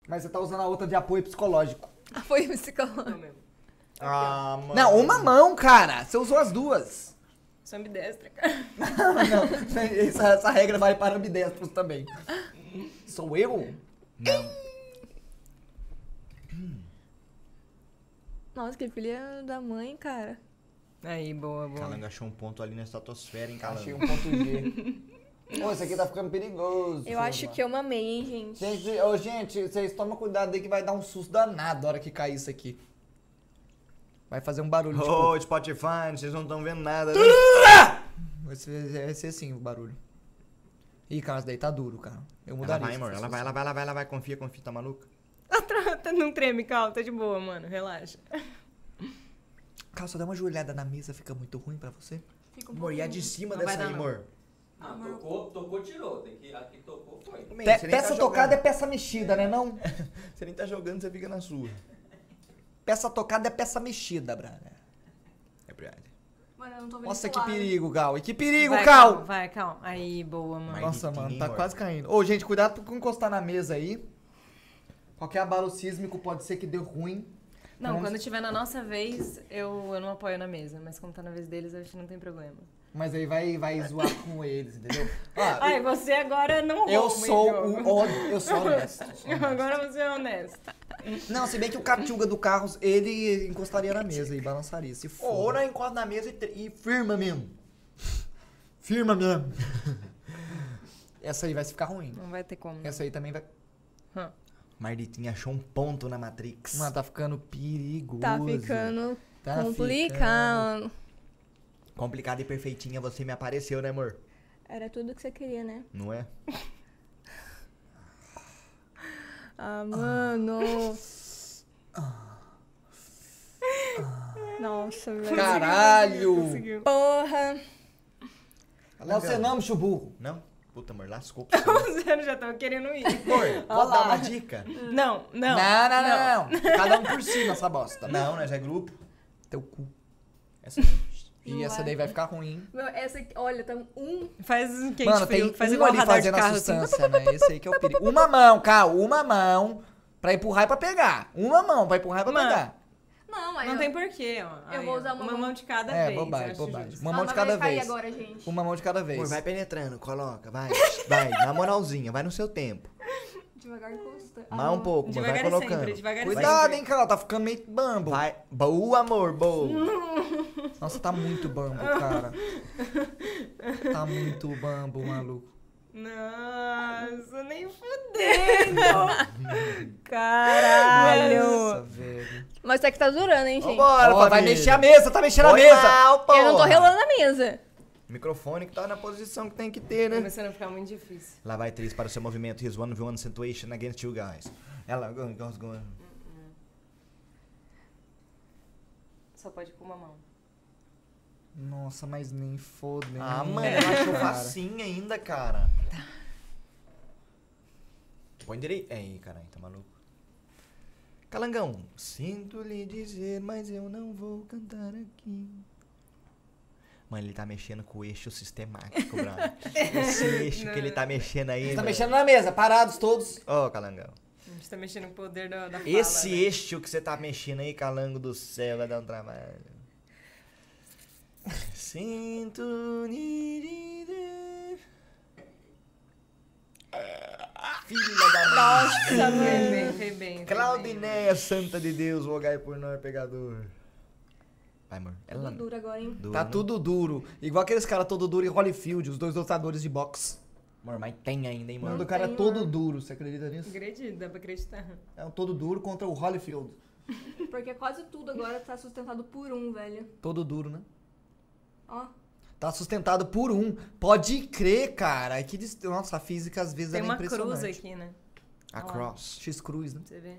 A: Mas você tá usando a outra de apoio psicológico.
E: Apoio psicológico.
C: Não, meu.
B: Ah, mano.
A: Não, uma mão, cara. Você usou as duas.
C: Sou ambidestra, cara.
A: Não, essa, essa regra vale para ambidestros também. Sou eu?
E: Nossa, que filha da mãe, cara.
C: Aí, boa, boa.
B: Calango achou um ponto ali na estratosfera, hein,
A: Achei um
B: Calango?
A: ponto G. Pô, isso aqui tá ficando perigoso.
E: Eu acho que eu mamei, hein, gente.
A: Gente, ô, gente, vocês tomam cuidado aí que vai dar um susto danado na hora que cair isso aqui. Vai fazer um barulho,
B: Ô, Spotify, vocês não estão vendo nada, né?
A: tipo... Vai ser, vai ser assim o barulho. Ih, cara, isso daí tá duro, cara. Eu
B: Ela
A: mudaria. se
B: vai, amor.
A: fosse
B: Ela vai, ela vai, ela vai, ela vai. Confia, confia, tá maluca?
C: Tá- Não treme, calma, tá de boa, mano. Relaxa.
A: você. Cara, só dá uma joelhada na mesa, fica muito ruim pra você.
F: Fica um
B: Amor, e a de cima
C: Não
B: dessa
C: vai dar,
B: aí,
C: não.
B: amor?
D: Ah, tocou, tocou, tirou. Tem que, aqui tocou, foi.
B: Ô, man,
A: Pe-
B: você nem tá
A: peça
B: jogando.
A: tocada é peça mexida, né não?
B: Você nem tá jogando, você fica na sua.
A: Peça tocada é peça mexida, Brana.
B: É verdade.
F: Mano, eu não tô vendo
A: Nossa,
F: esse
A: que
F: lado.
A: perigo, Gal. E que perigo,
C: vai,
A: Gal!
C: calma, vai, calma. Aí, boa, mano.
B: Vai.
A: Nossa,
B: Mas
A: mano,
B: ninguém
A: tá
B: morre.
A: quase caindo. Ô, gente, cuidado com encostar na mesa aí. Qualquer abalo sísmico pode ser que dê ruim.
C: Não,
A: Vamos-
C: quando tiver na nossa vez, eu, eu não apoio na mesa. Mas como tá na vez deles, eu acho que não tem problema.
A: Mas aí vai, vai zoar com eles, entendeu? Ó,
C: Ai, você agora não rouba
A: Ah, eu
C: o
A: sou
C: jogo.
A: o ódio, eu sou honesto. sou honesto.
C: Agora você é honesto.
A: Não, se bem que o Catiuga do carro, ele encostaria na mesa e balançaria. Se
B: Ô, né? ou
A: for.
B: não encosta na mesa e, tre- e firma mesmo.
A: Firma mesmo. Essa aí vai ficar ruim.
C: Não vai ter como. né?
A: Essa aí também vai.
B: Marditinha achou um ponto na Matrix.
A: Mano, tá ficando perigoso.
E: Tá ficando
A: Tá ficando.
E: complicado.
B: Complicada e perfeitinha você me apareceu, né, amor?
E: Era tudo que você queria, né?
B: Não é?
E: Ah, mano. Nossa, velho.
A: Caralho!
C: Conseguiu.
E: Porra.
A: Léo, você não, chuburro.
B: Tá Não? Puta, amor, lascou. pra você.
C: Os anos já estão querendo ir.
B: Amor,
C: Olha
B: pode dar
C: lá.
B: uma dica?
C: Não, não.
A: Não, não, não, Cada um por si nessa bosta.
B: Não, nós é grupo.
A: Teu cu.
B: Essa
A: E essa daí vai ficar ruim.
E: Meu, essa aqui, olha, tá um.
C: Faz um quente
A: Mano,
C: frio,
A: tem
C: faz
A: um
C: igual
A: ali
C: radar de
A: fazendo a
C: carro. Assim.
A: substância, né? Esse aí que é o perigo. Uma mão, cara, uma mão pra empurrar e pra pegar. Uma mão pra empurrar e pra
C: Mano,
A: pegar.
F: Não, mas
C: assim. Não
F: eu-
C: tem porquê, ó.
F: Eu vou usar uma mão-
C: mão de cada
A: É,
C: vez.
A: bobagem,
C: acho
A: bobagem.
C: justo.
A: Uma
F: Ah,
A: mão
F: mas
A: de cada
F: vai cair
A: vez.
F: Agora, gente.
A: Uma mão de cada
B: Amor,
A: vez.
B: vai penetrando, coloca, vai. Vai, na moralzinha, vai no seu tempo.
F: Devagar custa.
E: Ah,
B: Mais um pouco, mas vai
E: é
C: Devagar e sempre,
B: colocando.
C: devagar e
A: Cuidado,
C: sempre.
A: hein, cara. Tá ficando meio bambo.
B: Vai. Boa, amor,
E: Hum,
B: boa.
A: Nossa, tá muito bambo, cara. Tá muito bambo, maluco.
C: Nossa, nem fudendo. Caralho.
A: Nossa, velho.
E: Mas é que tá durando, hein, gente?
B: Vambora,
A: Ó, vai
B: família.
A: mexer a mesa, tá mexendo a
B: Foi
A: mesa.
B: mal,
E: Eu não tô
B: porra.
E: relando a mesa.
B: Microfone que tá na posição que tem que ter, né?
C: Começando a ficar muito difícil.
B: Lá vai três para o seu movimento. Here's one v one situation against you guys. Ela go- goes going.
C: Só pode com uma mão.
A: Nossa, mas nem fodendo.
B: Ah, mano, ela achou
A: cara.
B: facinho ainda, cara. Põe direito. Ei, caralho, tá maluco. Calangão, sinto lhe dizer, mas eu não vou cantar aqui. Mano, ele tá mexendo com o eixo sistemático, brother. Esse eixo que ele tá mexendo aí.
A: Tá
B: velho.
A: mexendo na mesa, parados todos.
B: Ó, Calangão.
C: A gente tá mexendo no poder da, da fala,
B: Esse
C: né?
B: eixo que você tá mexendo aí, calango do céu, vai dar um trabalho. Sinto. Filha da Nossa!
C: Foi Tá bem, foi bem. foi bem.
B: Claudineia, santa de Deus, rogai por nós, pecador. Vai, amor.
F: Tudo
B: Ela
F: duro agora, hein?
B: dura,
A: Tá
B: né?
A: tudo duro. Igual aqueles caras todo duro em Holyfield, os dois lutadores de boxe.
B: Amor, mas tem ainda, hein,
A: O nome
B: mano?
A: do cara é
F: tem,
A: todo
F: mano.
A: duro, você acredita nisso?
C: Acredito, dá pra acreditar.
A: É um todo duro contra o Holyfield.
F: Porque quase tudo agora tá sustentado por um, velho.
A: Todo duro, né?
F: Ó.
A: Tá sustentado por um. Pode crer, cara. Que dist... Nossa, a física às vezes
C: Tem
A: ela é
C: uma
A: impressionante.
C: cruz aqui, né?
B: A cross.
A: X-cruz, né?
C: Você vê.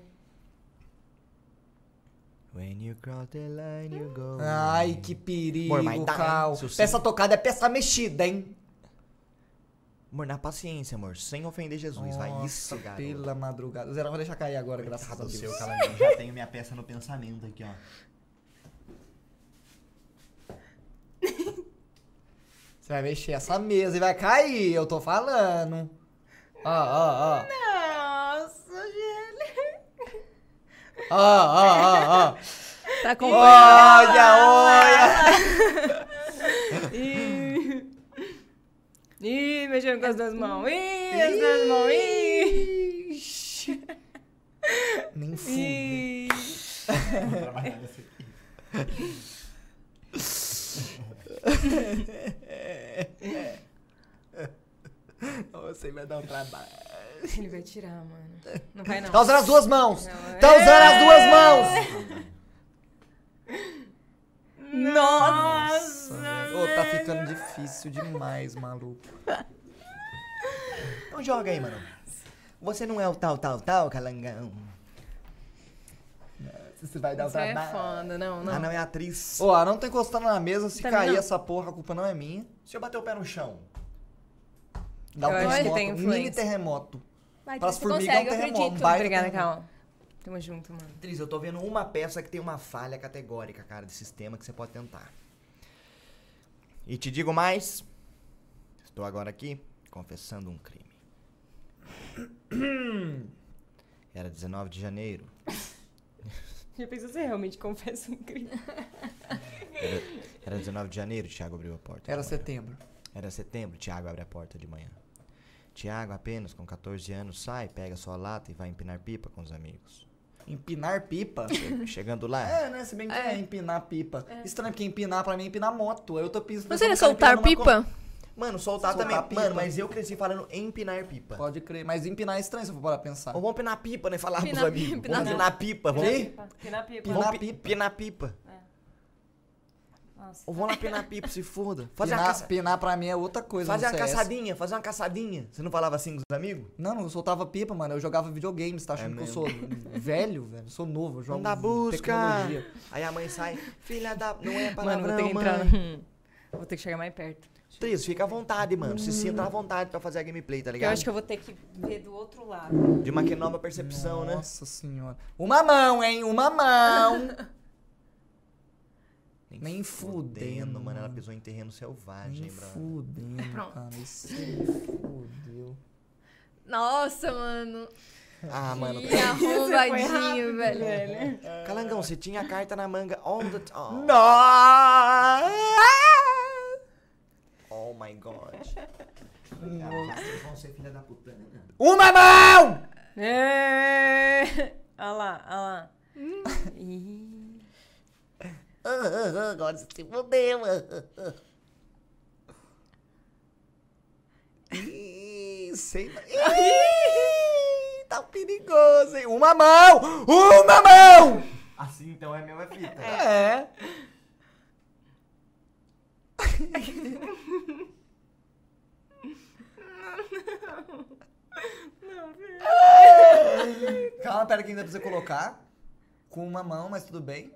B: When you cross the line, you go.
A: Ai, que perigo,
B: Amor, mas dá, hein?
A: Cal.
B: Se você-
A: Peça tocada é peça mexida, hein?
B: Amor, na paciência, amor. Sem ofender Jesus. vai isso,
A: Nossa,
B: garoto.
A: Pela madrugada. Zero, vai deixar cair agora, graças a
B: Coitado
A: Tá Deus.
B: seu, Calango. Já tenho minha peça no pensamento aqui, ó.
A: Você vai mexer essa mesa e vai cair, eu tô falando. Ó, ó, ó.
C: Nossa, gente.
A: Ó, ó, ó, ó.
E: Tá com
A: Olha, olha.
C: Ih, Ih, mexendo com as duas mãos. Ih, as duas mãos. Ih.
A: Nem fui.
C: Ih.
B: Vou trabalhar nesse aqui.
A: Você vai dar um trabalho.
C: Ele vai tirar, mano. Não vai, não.
A: Tá usando as duas mãos.
C: Não,
A: Tá
C: é.
A: usando as duas mãos.
C: Nossa!
A: Ô, tá ficando difícil demais, maluco.
B: Então joga aí, mano. Você não é o tal, tal, tal, calangão.
A: Você vai dar um
C: Isso aí é
A: trabalho.
C: foda, não, não.
B: Ah, não, é atriz.
A: Ô, não tá encostando na mesa. Se
C: Também
A: cair
C: não.
A: essa porra, a culpa não é minha.
B: Se eu bater o pé no chão.
A: Dá um
C: Eu acho que
A: terremoto.
C: tem
A: um
C: influência.
A: mini terremoto.
E: Vai,
A: Pras
E: você
A: formigas é um
E: consegue, eu
A: terremoto.
E: acredito.
A: Baita
C: Obrigada,
A: terremoto.
C: Cal. Tamo junto, mano.
B: Atriz, eu tô vendo uma peça que tem uma falha categórica, cara, de sistema que você pode tentar. E te digo mais. Estou agora aqui confessando um crime. Era 19 de janeiro.
C: Já pensou se realmente confessa um crime?
B: Era, era 19 de janeiro, Thiago abriu a porta.
A: Era
B: de manhã.
A: setembro.
B: Era setembro, Tiago abre a porta de manhã. Tiago, apenas com 14 anos, sai, pega sua lata e vai empinar pipa com os amigos.
A: Empinar pipa?
B: Chegando lá,
A: É, né? Se bem que é, empinar pipa. Estranho, porque empinar pra mim é empinar moto. Eu tô pensando.
E: Não seria
A: pensando que
E: soltar
A: cara empinando uma
E: pipa?
B: mano, soltar,
A: Soltar
B: também.
A: pipa.
B: Mano, mas eu cresci falando empinar pipa.
A: co- Pode crer, mas empinar é estranho se eu for parar pra pensar.
B: Ou vamos empinar pipa, né? Falar pros
E: Empinar
B: amigos.
E: pipa, não.
B: vamos empinar pipa, vamos.
C: Pinar pipa.
A: Pinar
B: Vamos pi-
A: pipa.
B: pinar pipa.
C: Nossa.
B: Ou vamos lá pinar pipa, se foda. Fazer uma,
A: Pinar,
B: caça...
A: pinar pra mim é outra coisa.
B: fazer
A: no
B: uma
A: CS.
B: caçadinha, fazer uma caçadinha. Você não falava assim com os amigos?
A: Não, não, eu soltava pipa, mano. Eu jogava videogame, você tá achando que eu
B: É mesmo.
A: sou velho, velho? Eu sou novo, eu jogo
B: Manda busca.
A: tecnologia.
B: Aí a mãe sai, filha da. Não é palavrão,
C: Mano, vou ter que
B: mãe.
C: entrar. no- Vou ter que chegar mais perto.
B: Tris, fica à vontade, mano. Se sinta à vontade pra fazer a gameplay, tá
C: Porque eu
B: ligado?
C: acho que eu vou ter que ver do outro lado.
B: De uma que nova percepção, né?
A: Nossa senhora. Uma mão, hein? Uma mão. Nem fudendo,
B: mano. Ela pisou em terreno selvagem,
A: Me
B: hein, brother.
A: fudendo,
E: Pronto.
A: cara. Isso me fudeu.
E: Nossa, mano.
B: Ah, mano.
E: Que arrombadinho, velho. É
B: Calangão, você tinha a carta na manga all the time. Oh my god. Vocês vão ser filha da puta, né?
A: Uma mão!
C: É. Olha lá, olha lá.
A: Hum.
C: Ih.
B: Agora você se fudeu.
A: Ih, sei lá. Ih, tá perigoso, hein? Uma mão! Uma mão!
B: Assim então é a mesma fita.
A: É. Calma, pera que ainda precisa colocar. Com uma mão, mas tudo bem.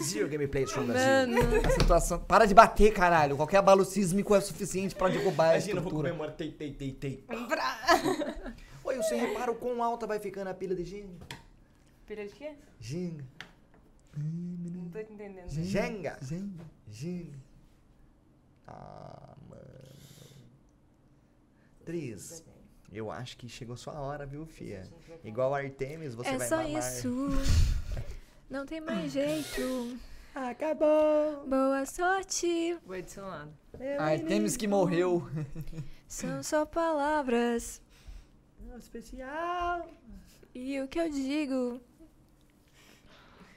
B: Zero gameplays from Brasil.
E: Mano.
A: A situação. Para de bater, caralho. Qualquer abalo sísmico é suficiente pra derrubar a
B: Imagina, eu vou
A: estrutura.
B: comemorar. Tei, tei, tei, tei. Oi, você repara o quão alta vai ficando a pilha de Jenga?
C: Pilha de quê?
B: Jenga,
A: Hum.
C: Não tô entendendo.
B: Jenga,
A: Gente.
B: Jenga. Ah, mano. Tris, eu acho que chegou sua hora, viu, fia? Igual a Artemis, você
E: É
B: vai
E: só
B: mamar.
E: isso. Não tem mais jeito.
B: Acabou.
E: Boa sorte.
C: Vou do seu lado.
A: Ai, Temis que morreu.
E: São só palavras.
B: Especial.
E: E o que eu digo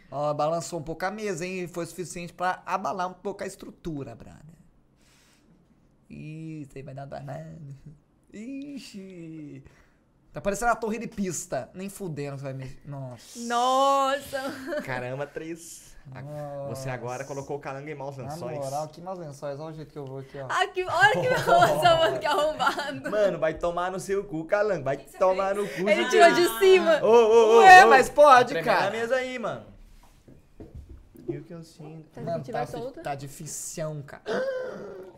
A: Ó, balançou um pouco a mesa, hein? Foi suficiente pra abalar um pouco a estrutura, brother. Ih, isso aí vai dar danado. Ixi. Tá parecendo a torre de pista. Nem fudendo você vai me... Nossa.
E: Nossa!
B: Caramba, três. A- Você agora colocou o calango em maus
A: Na
B: lençóis.
A: moral, que mais lençóis. Olha o jeito que eu vou aqui, ó.
E: Ai, Ah, que, olha que nossa, mano, que arrombado.
B: Mano, vai tomar no seu cu, calango. Vai tomar no cu.
C: Ah.
E: Ele tirou de cima.
B: Ô, ô, ô.
A: Ué,
B: ô.
A: mas pode,
B: Tá Tremendo
A: cara.
B: na mesa aí, mano. E o que eu sinto?
E: Tá, que
A: tá,
E: tiver solta.
A: tá dificião, cara.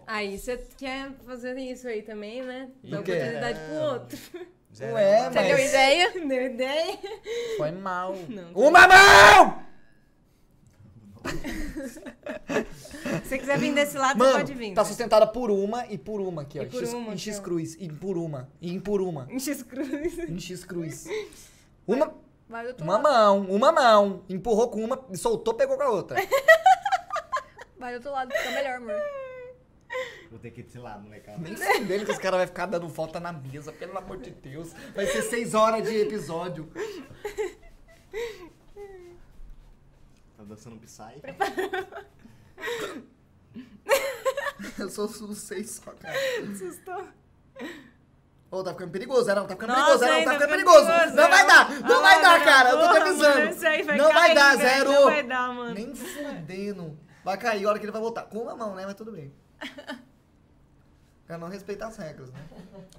C: Aí você quer fazer isso aí também, né? Dá
A: O quê? É.
C: oportunidade pro outro.
B: Zero.
A: Ué,
E: Você deu
A: Mas-
E: ideia?
C: Deu ideia?
A: Foi mal.
C: Não,
A: Uma mão!
C: Se você quiser vir desse lado, você
A: Mano,
C: pode vir.
A: tá sustentada por uma e por uma aqui, ó.
C: E por
A: X-
C: uma
A: em
C: aqui, ó.
A: X cruz. E por uma. E em por uma.
C: Em X-Cruz.
A: Em X cruz. Uma,
F: Vai do outro
A: uma
F: lado.
A: mão, uma mão. Empurrou com uma, soltou, pegou com a outra.
F: Vai do outro lado, fica
E: é
F: melhor, amor.
B: Vou ter que ir desse lado, molecada.
A: Nem sei dele que os caras vão ficar dando volta na mesa, pelo amor de Deus. Vai ser seis horas de episódio.
B: Tá dançando um Psy?
A: Eu sou um seis só, cara.
C: Assustou.
A: Ô, tá ficando perigoso, Era não, tá ficando
C: Nossa,
A: perigoso, Era não,
C: hein,
A: tá ficando
C: tá ficando
A: perigoso.
C: perigoso,
A: Não vai
C: não.
A: dar, não
C: Ah,
A: vai dar,
C: não,
A: cara. Eu tô te
C: porra, mano, isso aí
A: avisando.
C: vai
A: Não vai
C: cair,
A: dar,
C: velho,
A: zero.
C: não vai dar, mano.
A: Nem fudendo. Vai cair a hora que ele vai voltar. Com uma mão, né? Mas tudo bem. Pra não respeitar as regras, né?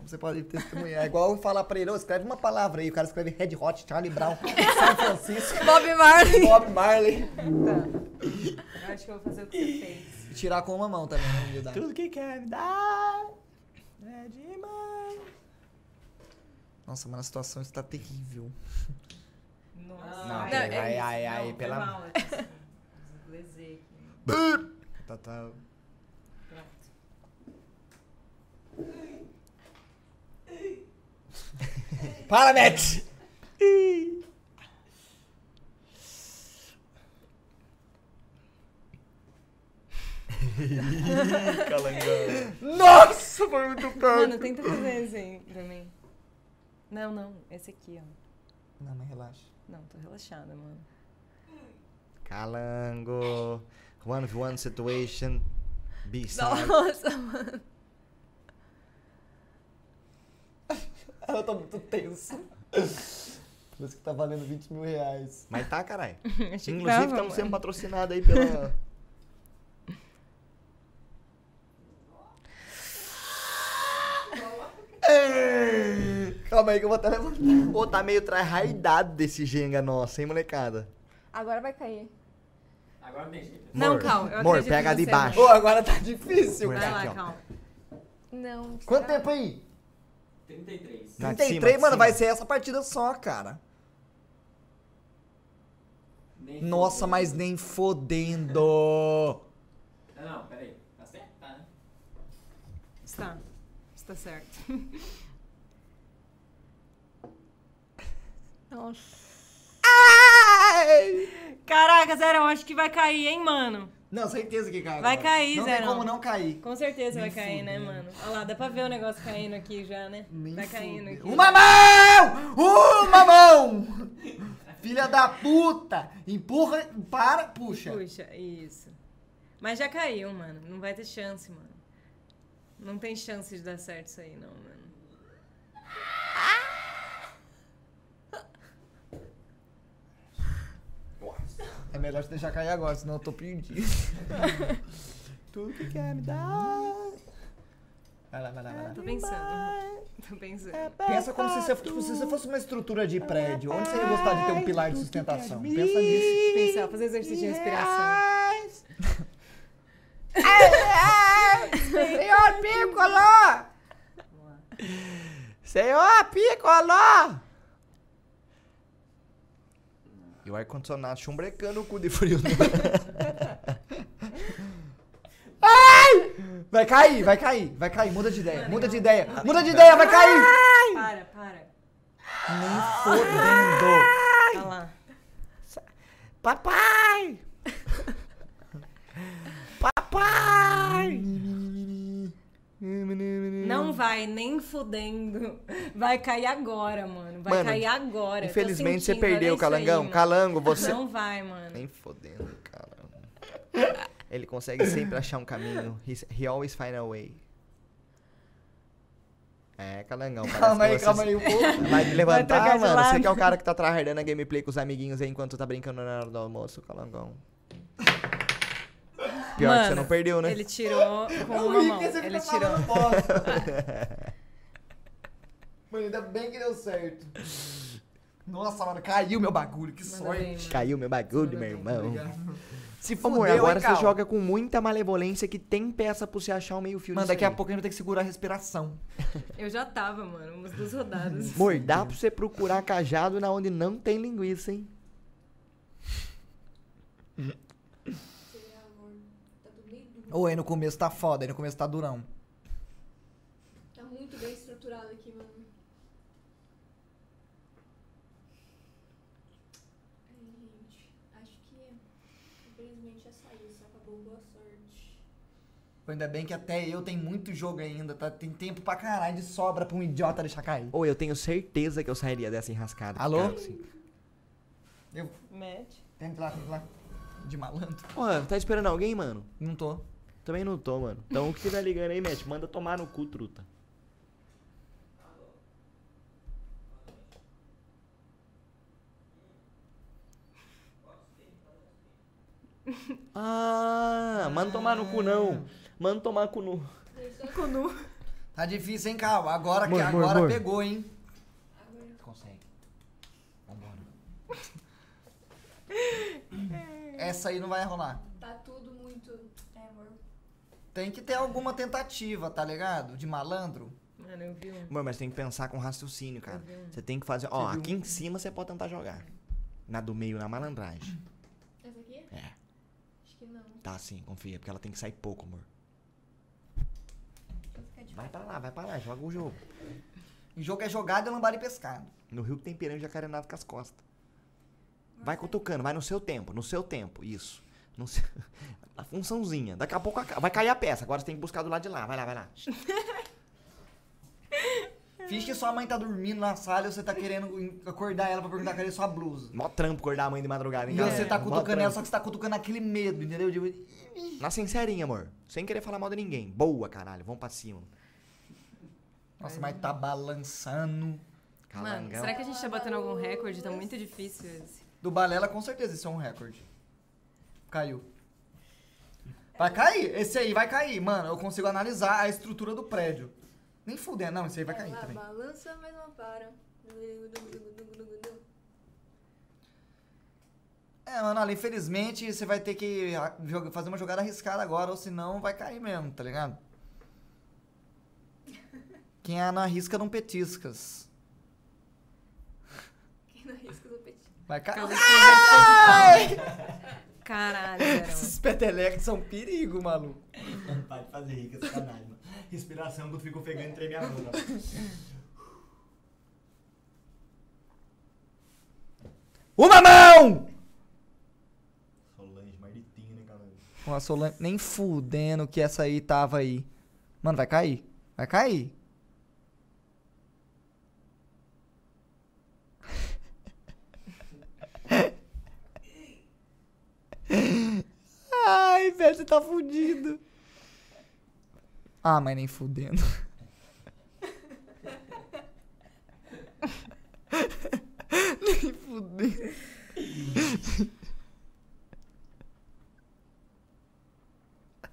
A: Você pode testemunhar. É igual eu falar pra ele, ô, escreve uma palavra aí. O cara escreve Red Hot, Charlie
B: um
A: Brown, São Francisco,
E: Bob Marley.
A: Bob Marley.
C: Tá. Eu acho que eu vou fazer o que você fez.
A: E tirar com uma mão também, né? Lida?
B: Tudo que quer me dar é demais.
A: Nossa, mano, a situação está terrível.
C: Nossa.
B: Não,
E: peraí,
C: é
B: ai,
C: isso.
B: ai, ai,
C: Não,
B: pela-
C: Foi mal, eu tô- lesei aqui.
B: Tá, tá.
C: Pronto.
A: Para, Matt!
B: Calangão.
A: Nossa, foi muito caro.
C: Mano, tenta fazer assim pra mim. Não, não. Esse aqui, ó.
A: Não, mas relaxa.
C: Não, tô relaxada, mano.
B: Calango. One of one situation. Be sad.
E: Nossa, mano.
A: Ela tá muito tensa. Por isso que tá valendo 20 mil reais.
B: Mas tá, caralho.
C: Achei que
B: Inclusive,
C: tava,
B: estamos
C: mano.
B: sendo patrocinados aí pela.
A: Calma aí que eu vou até levantar.
B: Pô, tá meio trarraidado desse Jenga nossa, hein, molecada?
F: Agora vai cair.
D: Agora tem jeito.
C: Não,
B: Mor,
C: Cal, eu
B: Mor,
C: acredito
B: pega
C: em
B: de
C: você,
B: baixo.
A: Ô, agora tá difícil,
B: Vai
C: Vai
A: cara.
B: aqui, ó.
C: lá, calma.
F: Não.
A: Quanto
F: será?
A: tempo aí?
D: 33.
B: Tá de
A: 33,
B: cima, de
A: mano,
B: cima.
A: vai ser essa partida só, cara.
D: Nem
A: Nossa,
D: fudeu.
A: mas nem fodendo.
D: Não, não, peraí. Tá certo? Tá, né?
C: Está. Está certo.
E: Nossa.
C: Caraca, Zero, eu acho que vai cair, hein, mano?
A: Não, certeza que cai.
C: Vai
A: agora.
C: cair,
A: Não tem
C: Zerão.
A: como não cair.
C: Com certeza
A: Nem
C: vai cair, né,
A: fudendo.
C: mano? Olha lá, dá pra ver o negócio caindo aqui já, né?
A: Nem
C: tá caindo
A: fudendo.
C: aqui.
A: Uma mão! Uma mão! Filha da puta! Empurra, para, puxa.
C: Puxa, isso. Mas já caiu, mano. Não vai ter chance, mano. Não tem chance de dar certo isso aí, não, mano.
A: É melhor te deixar cair agora, senão eu tô perdido.
B: Tudo que quer me dar.
A: Vai lá, vai lá, vai lá.
C: Tô pensando. Tô pensando.
A: Pensa como se você, tipo, se você fosse uma estrutura de prédio. Onde você ia gostar de ter um pilar de sustentação? Pensa nisso.
C: Pensar, fazer exercício de respiração.
E: Senhor Piccolo!
B: Senhor Picoló! E o ar-condicionado chumbrecando o cu de frio. né?
A: Vai cair, vai cair, vai cair. Muda de ideia, muda de ideia, muda de ideia, vai cair!
C: Para, para.
A: Nem fodendo.
C: Olha lá.
B: Papai! Papai! Hum.
C: Não vai nem fudendo. Vai cair agora, mano. Vai
B: Mano,
C: cair agora. Tô
B: Infelizmente você
C: sentindo, olha
B: perdeu,
C: isso aí,
B: Calangão.
C: mano.
B: Calango, você.
C: Não vai, mano.
B: Nem fodendo, Calango. Ele consegue sempre achar um caminho. He's- he always find a way. É, Calangão. parece
A: Calma
B: que
A: aí,
B: você
A: calma aí um
C: é assim.
A: pouco.
B: Vai me
C: trocar
B: levantar,
C: de
B: mano. Você
C: lado.
B: que é o cara que tá tryhardando a gameplay com os amiguinhos aí enquanto tá brincando na hora do almoço, Calangão. Pior que você
C: Mano,
B: não perdeu, né?
C: Ele tirou com uma mão. Ele
B: tá
C: tirou.
A: Mano, ainda bem que deu certo. Nossa, mano, caiu meu bagulho, que
C: Manda
A: sorte.
C: bem, mano.
B: Caiu meu bagulho, meu irmão.
A: Obrigado.
B: Se for amor,
A: Fudeu,
B: agora
A: hein,
B: você
A: Cal?
B: joga com muita malevolência que tem peça pra você achar o meio fio
A: Mano,
B: disso
A: daqui a
B: aí.
A: pouco a gente vai ter que segurar a respiração.
C: Eu já tava, mano, umas duas rodadas.
B: Amor, dá pra você procurar cajado na onde não tem linguiça, hein?
F: Tá tudo bem duro.
A: Ou aí no começo tá foda, aí no começo tá durão.
F: Tá muito bem estruturado aqui, mano. Ai, gente. Acho que. Infelizmente já saiu, só acabou. Boa sorte.
A: Ainda bem que até eu tenho muito jogo ainda, tá? Tem tempo pra caralho de sobra pra um idiota deixar cair.
B: Ou eu tenho certeza que eu sairia dessa enrascada.
A: Alô?
B: Cara, assim.
A: Eu.
C: Mete.
A: Tenta lá, tenta lá. De malandro?
B: Porra, tá esperando alguém, mano?
A: Não tô.
B: Também não tô, mano. Então o que tá ligando aí, Matt? Manda tomar no cu, truta. Ah, manda tomar no cu não. Manda tomar cu no.
A: Tá difícil, hein, Cal? Agora que
B: Amor, amor,
A: agora
B: amor.
A: pegou, hein? Consegue. Vambora. Essa aí não vai rolar.
F: Tá tudo muito. É, amor.
A: Tem que ter alguma tentativa, tá ligado? De malandro.
C: Mano, eu vi um.
B: Amor, mas tem que pensar com raciocínio, cara. Você tem que fazer. Ó, aqui em cima você pode tentar jogar. Na do meio, na malandragem.
F: Essa aqui?
B: É.
F: Acho que não.
B: Tá sim, confia, porque ela tem que sair pouco, amor.
F: Vou ficar de
B: Vai pra lá, vai pra lá, joga o jogo.
A: O jogo é jogado, é lambada e pescado.
B: No Rio que tem piranha, jacaré nada com as costas. Vai cutucando, vai no seu tempo, no seu tempo, isso. No seu... A funçãozinha. Daqui a pouco aca- vai cair a peça, agora você tem que buscar do lado de lá, vai lá, vai lá.
A: Finge que sua mãe tá dormindo na sala e você tá querendo en- acordar ela pra perguntar cadê sua blusa.
B: Mó trampo acordar a mãe de madrugada, hein,
A: E
B: galera?
A: você tá
B: Mó
A: cutucando ela,
B: trampo.
A: só que você tá cutucando aquele medo, entendeu? De-
B: Na sincerinha, amor. Sem querer falar mal de ninguém. Boa, caralho, vamos pra cima.
A: Nossa, mas tá balançando.
C: Mano,
B: Calangão.
C: será que a gente tá batendo algum recorde? Tá muito difícil esse.
A: Do Balela, com certeza, isso é um recorde. Caiu. Vai cair, esse aí vai cair. Mano, eu consigo analisar a estrutura do prédio. Nem fuder, não, esse aí vai cair
F: Ela
A: também.
F: balança, mas não para.
A: É, mano, olha, infelizmente você vai ter que ah, joga- fazer uma jogada arriscada agora, ou senão vai cair mesmo, tá ligado? Quem é na risca não petiscas.
F: Quem não risca do petisco.
A: Vai cair.
C: Causa de projeto pessoal. Caralho, Verão.
A: Esses petelecos são um perigo, maluco.
B: Para de fazer rica, sacanagem, mano. Respiração que eu fico pegando entre minha mão.
A: Uma mão!
B: Solange, marditinho, né, galera?
A: Com a Solange, nem fudendo que essa aí tava aí. Mano, vai cair. Vai cair.
B: Ai, velho, você tá fudido.
A: Ah, mas nem fudendo. nem fudendo.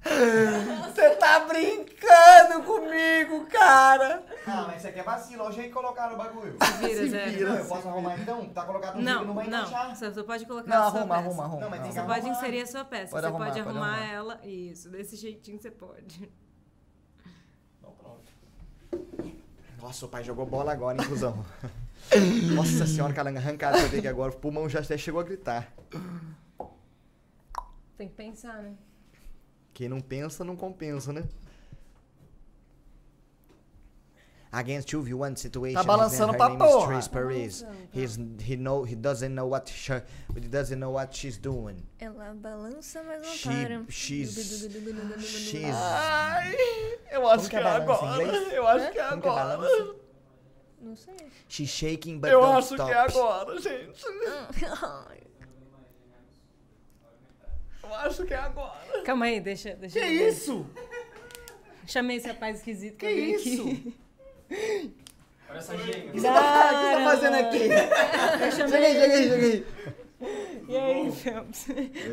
A: Você tá brincando comigo, cara!
B: Ah, mas isso aqui é vacilo, olha o jeito que colocaram o bagulho.
C: Vira, Zero.
B: Não, eu posso arrumar então? Tá colocado no
C: Não,
B: vídeo, não vai
C: não.
B: encaixar.
C: Você só pode colocar
A: Não,
C: a sua
A: arruma,
C: peça.
A: arruma, arruma.
B: Não, mas tem que
C: Você
A: arruma.
C: pode inserir a sua peça.
A: Pode
C: você
A: arrumar,
C: pode
A: pode
C: arrumar
A: arrumar.
C: ela. Isso, desse jeitinho você pode.
B: Nossa, o pai jogou bola agora, hein, cuzão. Nossa senhora, cara, arrancada que eu dei aqui agora. O pulmão já até chegou a gritar.
C: Tem que pensar, né?
B: Quem não pensa, não compensa, né? Against you, one situation.
A: Tá balançando
B: Her
A: pra
B: name is
A: porra.
B: Trace
E: Tá
B: Paris. He's, he, know, he doesn't know what she, he doesn't know what she's doing.
E: Ela balança, mas não
B: She-
E: para.
B: she's- She's
A: Eu acho
B: Como que é que é balança em agora, inglês?
A: Eu acho
B: que é Como que é agora. balança?
E: Não sei.
B: She shaking, but
G: Eu
B: don't
G: acho
B: stop.
G: que é agora, gente. Eu acho que é agora.
C: Calma aí, deixa, deixa.
A: Que
C: eu ver.
A: isso?
C: Chamei esse rapaz esquisito pra
A: Que
C: vir
A: isso?
C: aqui.
D: Olha essa gêmea.
A: O que você tá, o que você tá fazendo aqui? Chega aí,
C: Eu chamei.
A: chega aí, chega aí.
C: E aí, Phelps?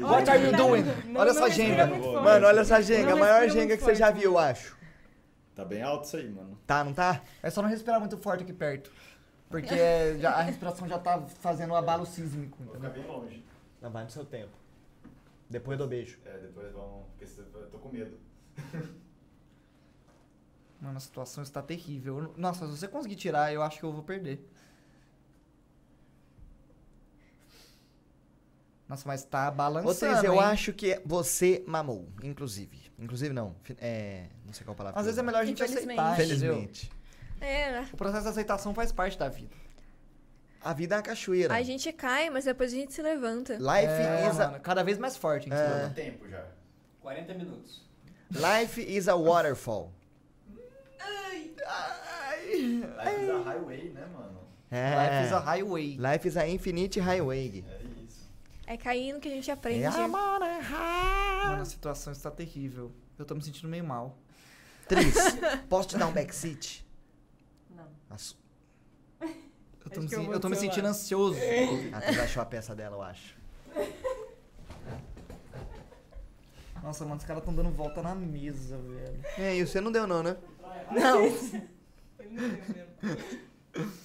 A: What are you doing?
C: Não-
A: Olha
C: não
A: essa
C: respira
A: genga.
C: muito forte.
B: Mano, olha essa jenga, a
C: Não,
B: maior
C: respira
B: jenga
C: muito
B: que você já
E: né?
C: forte.
B: viu, eu acho.
G: Tá bem alto isso aí, mano.
B: Tá, não tá?
A: É só não respirar muito forte aqui perto. Porque é, já- a respiração já tá fazendo um abalo sísmico,
G: Vou ficar
A: entendeu?
G: bem longe.
B: Não, vai no seu tempo. Depois eu dou beijo.
G: É, depois vamos. Porque se- eu tô com medo.
A: Mano, a situação está terrível. Eu não- Nossa, se você conseguir tirar, eu acho que eu vou perder. Nossa, mas tá balançando,
B: Vocês, eu
A: hein?
B: acho que você mamou, inclusive. Inclusive não, fi- é, não sei qual palavra.
A: Às
B: que eu
A: vezes é
B: uso.
A: melhor a gente
E: Infelizmente.
A: aceitar, entendeu?
B: Felizmente.
E: É,
A: O processo de aceitação faz parte da vida.
B: A vida é uma cachoeira.
E: a gente cai, mas depois a gente se levanta.
B: Life
A: é,
B: is a
A: mano, cada vez mais forte, hein,
B: É.
A: Silvana?
G: Quanto tempo já?
D: 40 minutos.
B: Life is a waterfall.
G: Life is a highway, né, mano?
B: É.
A: Life is a highway.
B: Life is a infinite highway.
G: É isso.
E: É caindo que a gente aprende.
B: É amor é
A: Mano, a
B: ra-
A: situação está terrível. Eu tô me sentindo meio mal.
B: Tris, posso te dar um backseat?
C: Não.
B: Ass-
A: Eu tô,
C: Acho
A: me,
C: que eu
A: sen-
C: vou
A: eu tô me
C: do seu
A: sentindo
C: lado.
A: ansioso.
B: A Tris achou a peça dela, eu acho.
A: Nossa, mano, os caras tão dando volta na mesa, velho.
B: É, e você não deu não, né?
C: Não. Ele não deu mesmo.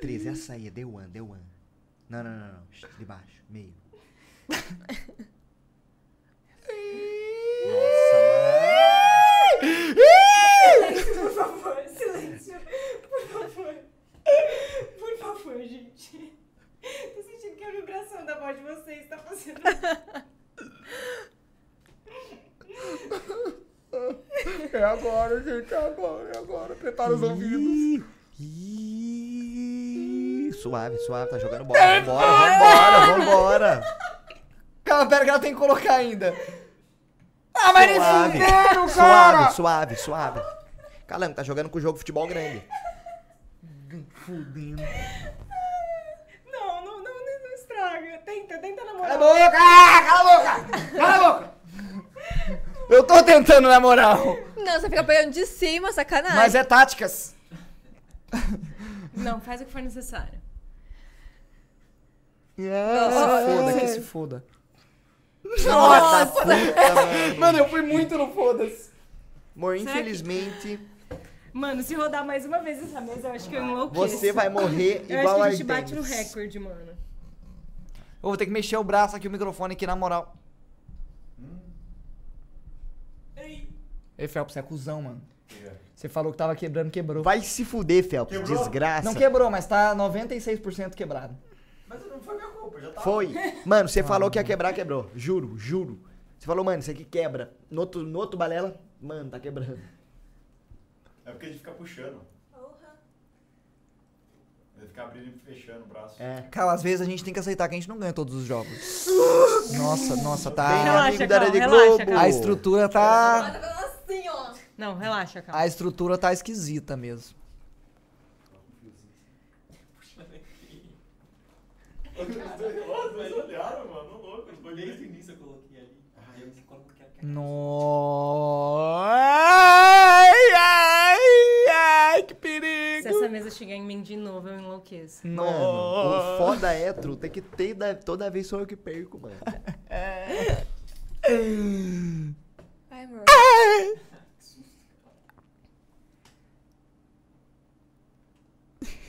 B: Tris, essa aí, é deu one, deu one. Não, não, não, não. Shh, De baixo, meio. Nossa, mano.
C: Por favor, silêncio. Por favor. Por favor, gente. Tô sentindo que a vibração da voz de vocês tá fazendo.
A: É agora, gente, é agora, é agora. Prepara os
B: Ih, ih. Suave, suave, tá jogando bola. Vambora, vambora, vambora.
A: Calma, pera que ela tem que colocar ainda. Ah, mas nem
B: Suave.
A: fuderam, cara!
B: Suave, suave, suave. Calando, tá jogando com o jogo futebol grande.
A: Fudendo.
C: Não, não, não, não, não estraga. Tenta, tenta
A: Cala a
C: namorar.
A: boca! Ah, Cala a boca! Cala a boca! Eu tô tentando, na moral.
E: Não, você fica pegando de cima, sacanagem.
A: Mas é táticas.
C: Não, faz o que for necessário.
A: Foda, que se foda.
B: Nossa, puta, mano.
A: Mano, eu fui muito no foda-se.
B: Amor,
C: Será que-
B: infelizmente,
C: Mano, se rodar mais uma vez essa mesa, eu acho que eu enlouqueço.
B: você vai morrer
C: Eu
B: igual
C: acho que
B: a
C: a gente bate no
B: Artemis.
C: recorde, mano.
A: Eu vou ter que mexer o braço aqui, o microfone aqui, na moral. Ei, Felps, você é cuzão, mano. Você falou que tava quebrando, quebrou.
B: Vai se fuder, Felps,
G: Quebrou?
B: desgraça.
A: Não quebrou, mas tá 96% quebrado.
G: Mas não foi minha culpa, já tava.
B: Foi. Mano,
A: Ah,
B: você falou que ia quebrar, quebrou. Juro, juro. Você falou, mano, isso aqui quebra. No outro, no outro balela, mano, tá quebrando.
G: É porque a gente fica puxando.
F: Porra.
G: Ele fica abrindo e fechando o braço.
B: É.
A: Cara, às vezes a gente tem que aceitar que a gente não ganha todos os jogos. Nossa, nossa,
B: Bem
A: tá.
C: Relaxa,
B: amigo da
C: Cal,
B: Rede
C: relaxa,
B: Globo.
C: Cal.
A: A estrutura tá.
F: Agora assim, ó.
C: Não, relaxa, cara.
A: A estrutura tá esquisita mesmo.
G: Os dois- Nossa, eles olharam, mano, louco. Eles
D: Foi desde o
G: olharam.
D: início eu coloquei ali. Aí eu não sei quando que era que
A: Nossa. Ai, ai, ai, que
C: Se
A: perigo.
C: essa mesa chegar em mim de novo, eu enlouqueço.
B: Mano, o foda é, truta, é que tem da- toda vez sou eu que perco, mano.
E: Ai, amor.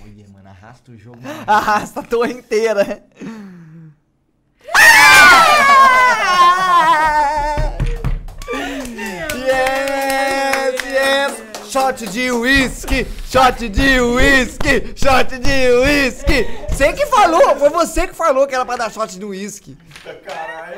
B: Olha, mano, arrasta o jogo.
A: Arrasta a torre inteira.
B: yes, yes.
A: Shot de uísque, shot de uísque, shot de uísque. Você que falou, foi você que falou que era pra dar shot de uísque.
G: Caralho.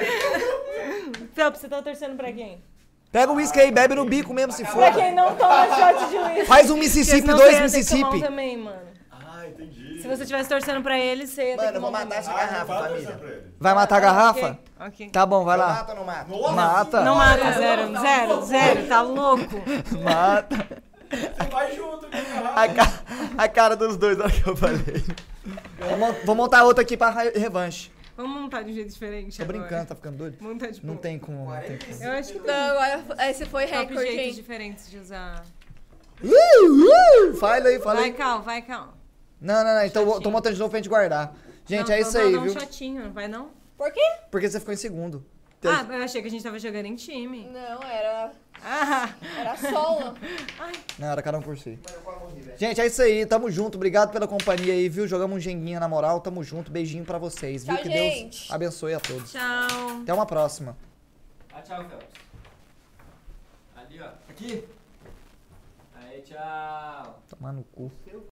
C: Felps, você tá torcendo pra quem?
A: Pega o uísque aí, bebe no bico mesmo, se
C: Pra
A: for.
C: quem não toma shot de uísque.
A: Faz um
C: Vocês
A: Mississippi,
C: não
A: dois
C: têm, eu tenho que tomar um
A: Mississippi.
C: também, mano.
G: Ah, entendi.
C: Se você estivesse torcendo pra ele, você ia ter
B: Mano,
C: que um
B: eu vou
C: montar-
B: matar essa
G: Ah, não
B: garrafa,
G: fala torcendo
B: família.
G: pra ele.
A: Vai matar a garrafa?
C: um Ok, ok.
A: Tá bom, vai
B: Eu
A: lá.
B: mato ou não mato?
A: Mata.
C: Não mata, zero, zero, zero, tá louco.
A: Mata.
G: Você vai junto com o
B: A,
G: garrafa.
B: ca- a cara dos dois na hora que eu falei.
A: Vou mon- Vou montar outra aqui pra ra- revanche.
C: Vamos montar de um jeito diferente
A: Tô
C: agora.
A: brincando, tá ficando doido?
C: Montar de
A: Não tem como. não tem como.
C: Eu acho que
E: Não, agora é, esse foi
C: top
E: recorde,
C: jeitos
E: hein?
C: diferentes de usar.
A: Uh, uh, fala aí, fala
C: Vai,
A: aí.
C: Cal, vai, Cal.
A: Não, não, não. Então vou- tô
C: Chatinho.
A: montando de novo pra gente guardar. Gente,
C: Não,
A: é
C: vamos
A: isso aí,
C: dar um
A: viu?
C: shotinho, vai não?
E: Por quê?
A: Porque você ficou em segundo.
C: Ah, eu achei que a gente tava jogando em time.
E: Não, era,
C: Ah,
E: era solo.
A: Não, era cada um por si. Gente, é isso aí. Tamo junto. Obrigado pela companhia aí, viu? Jogamos um jenguinha na moral. Tamo junto. Beijinho pra vocês, viu?
E: Tchau,
A: que Deus
E: gente.
A: abençoe a todos.
C: tchau.
A: Até uma próxima.
D: Ah, tchau, Phelps. Ali, ó. Aqui. Aí, tchau.
A: Tomar no cu.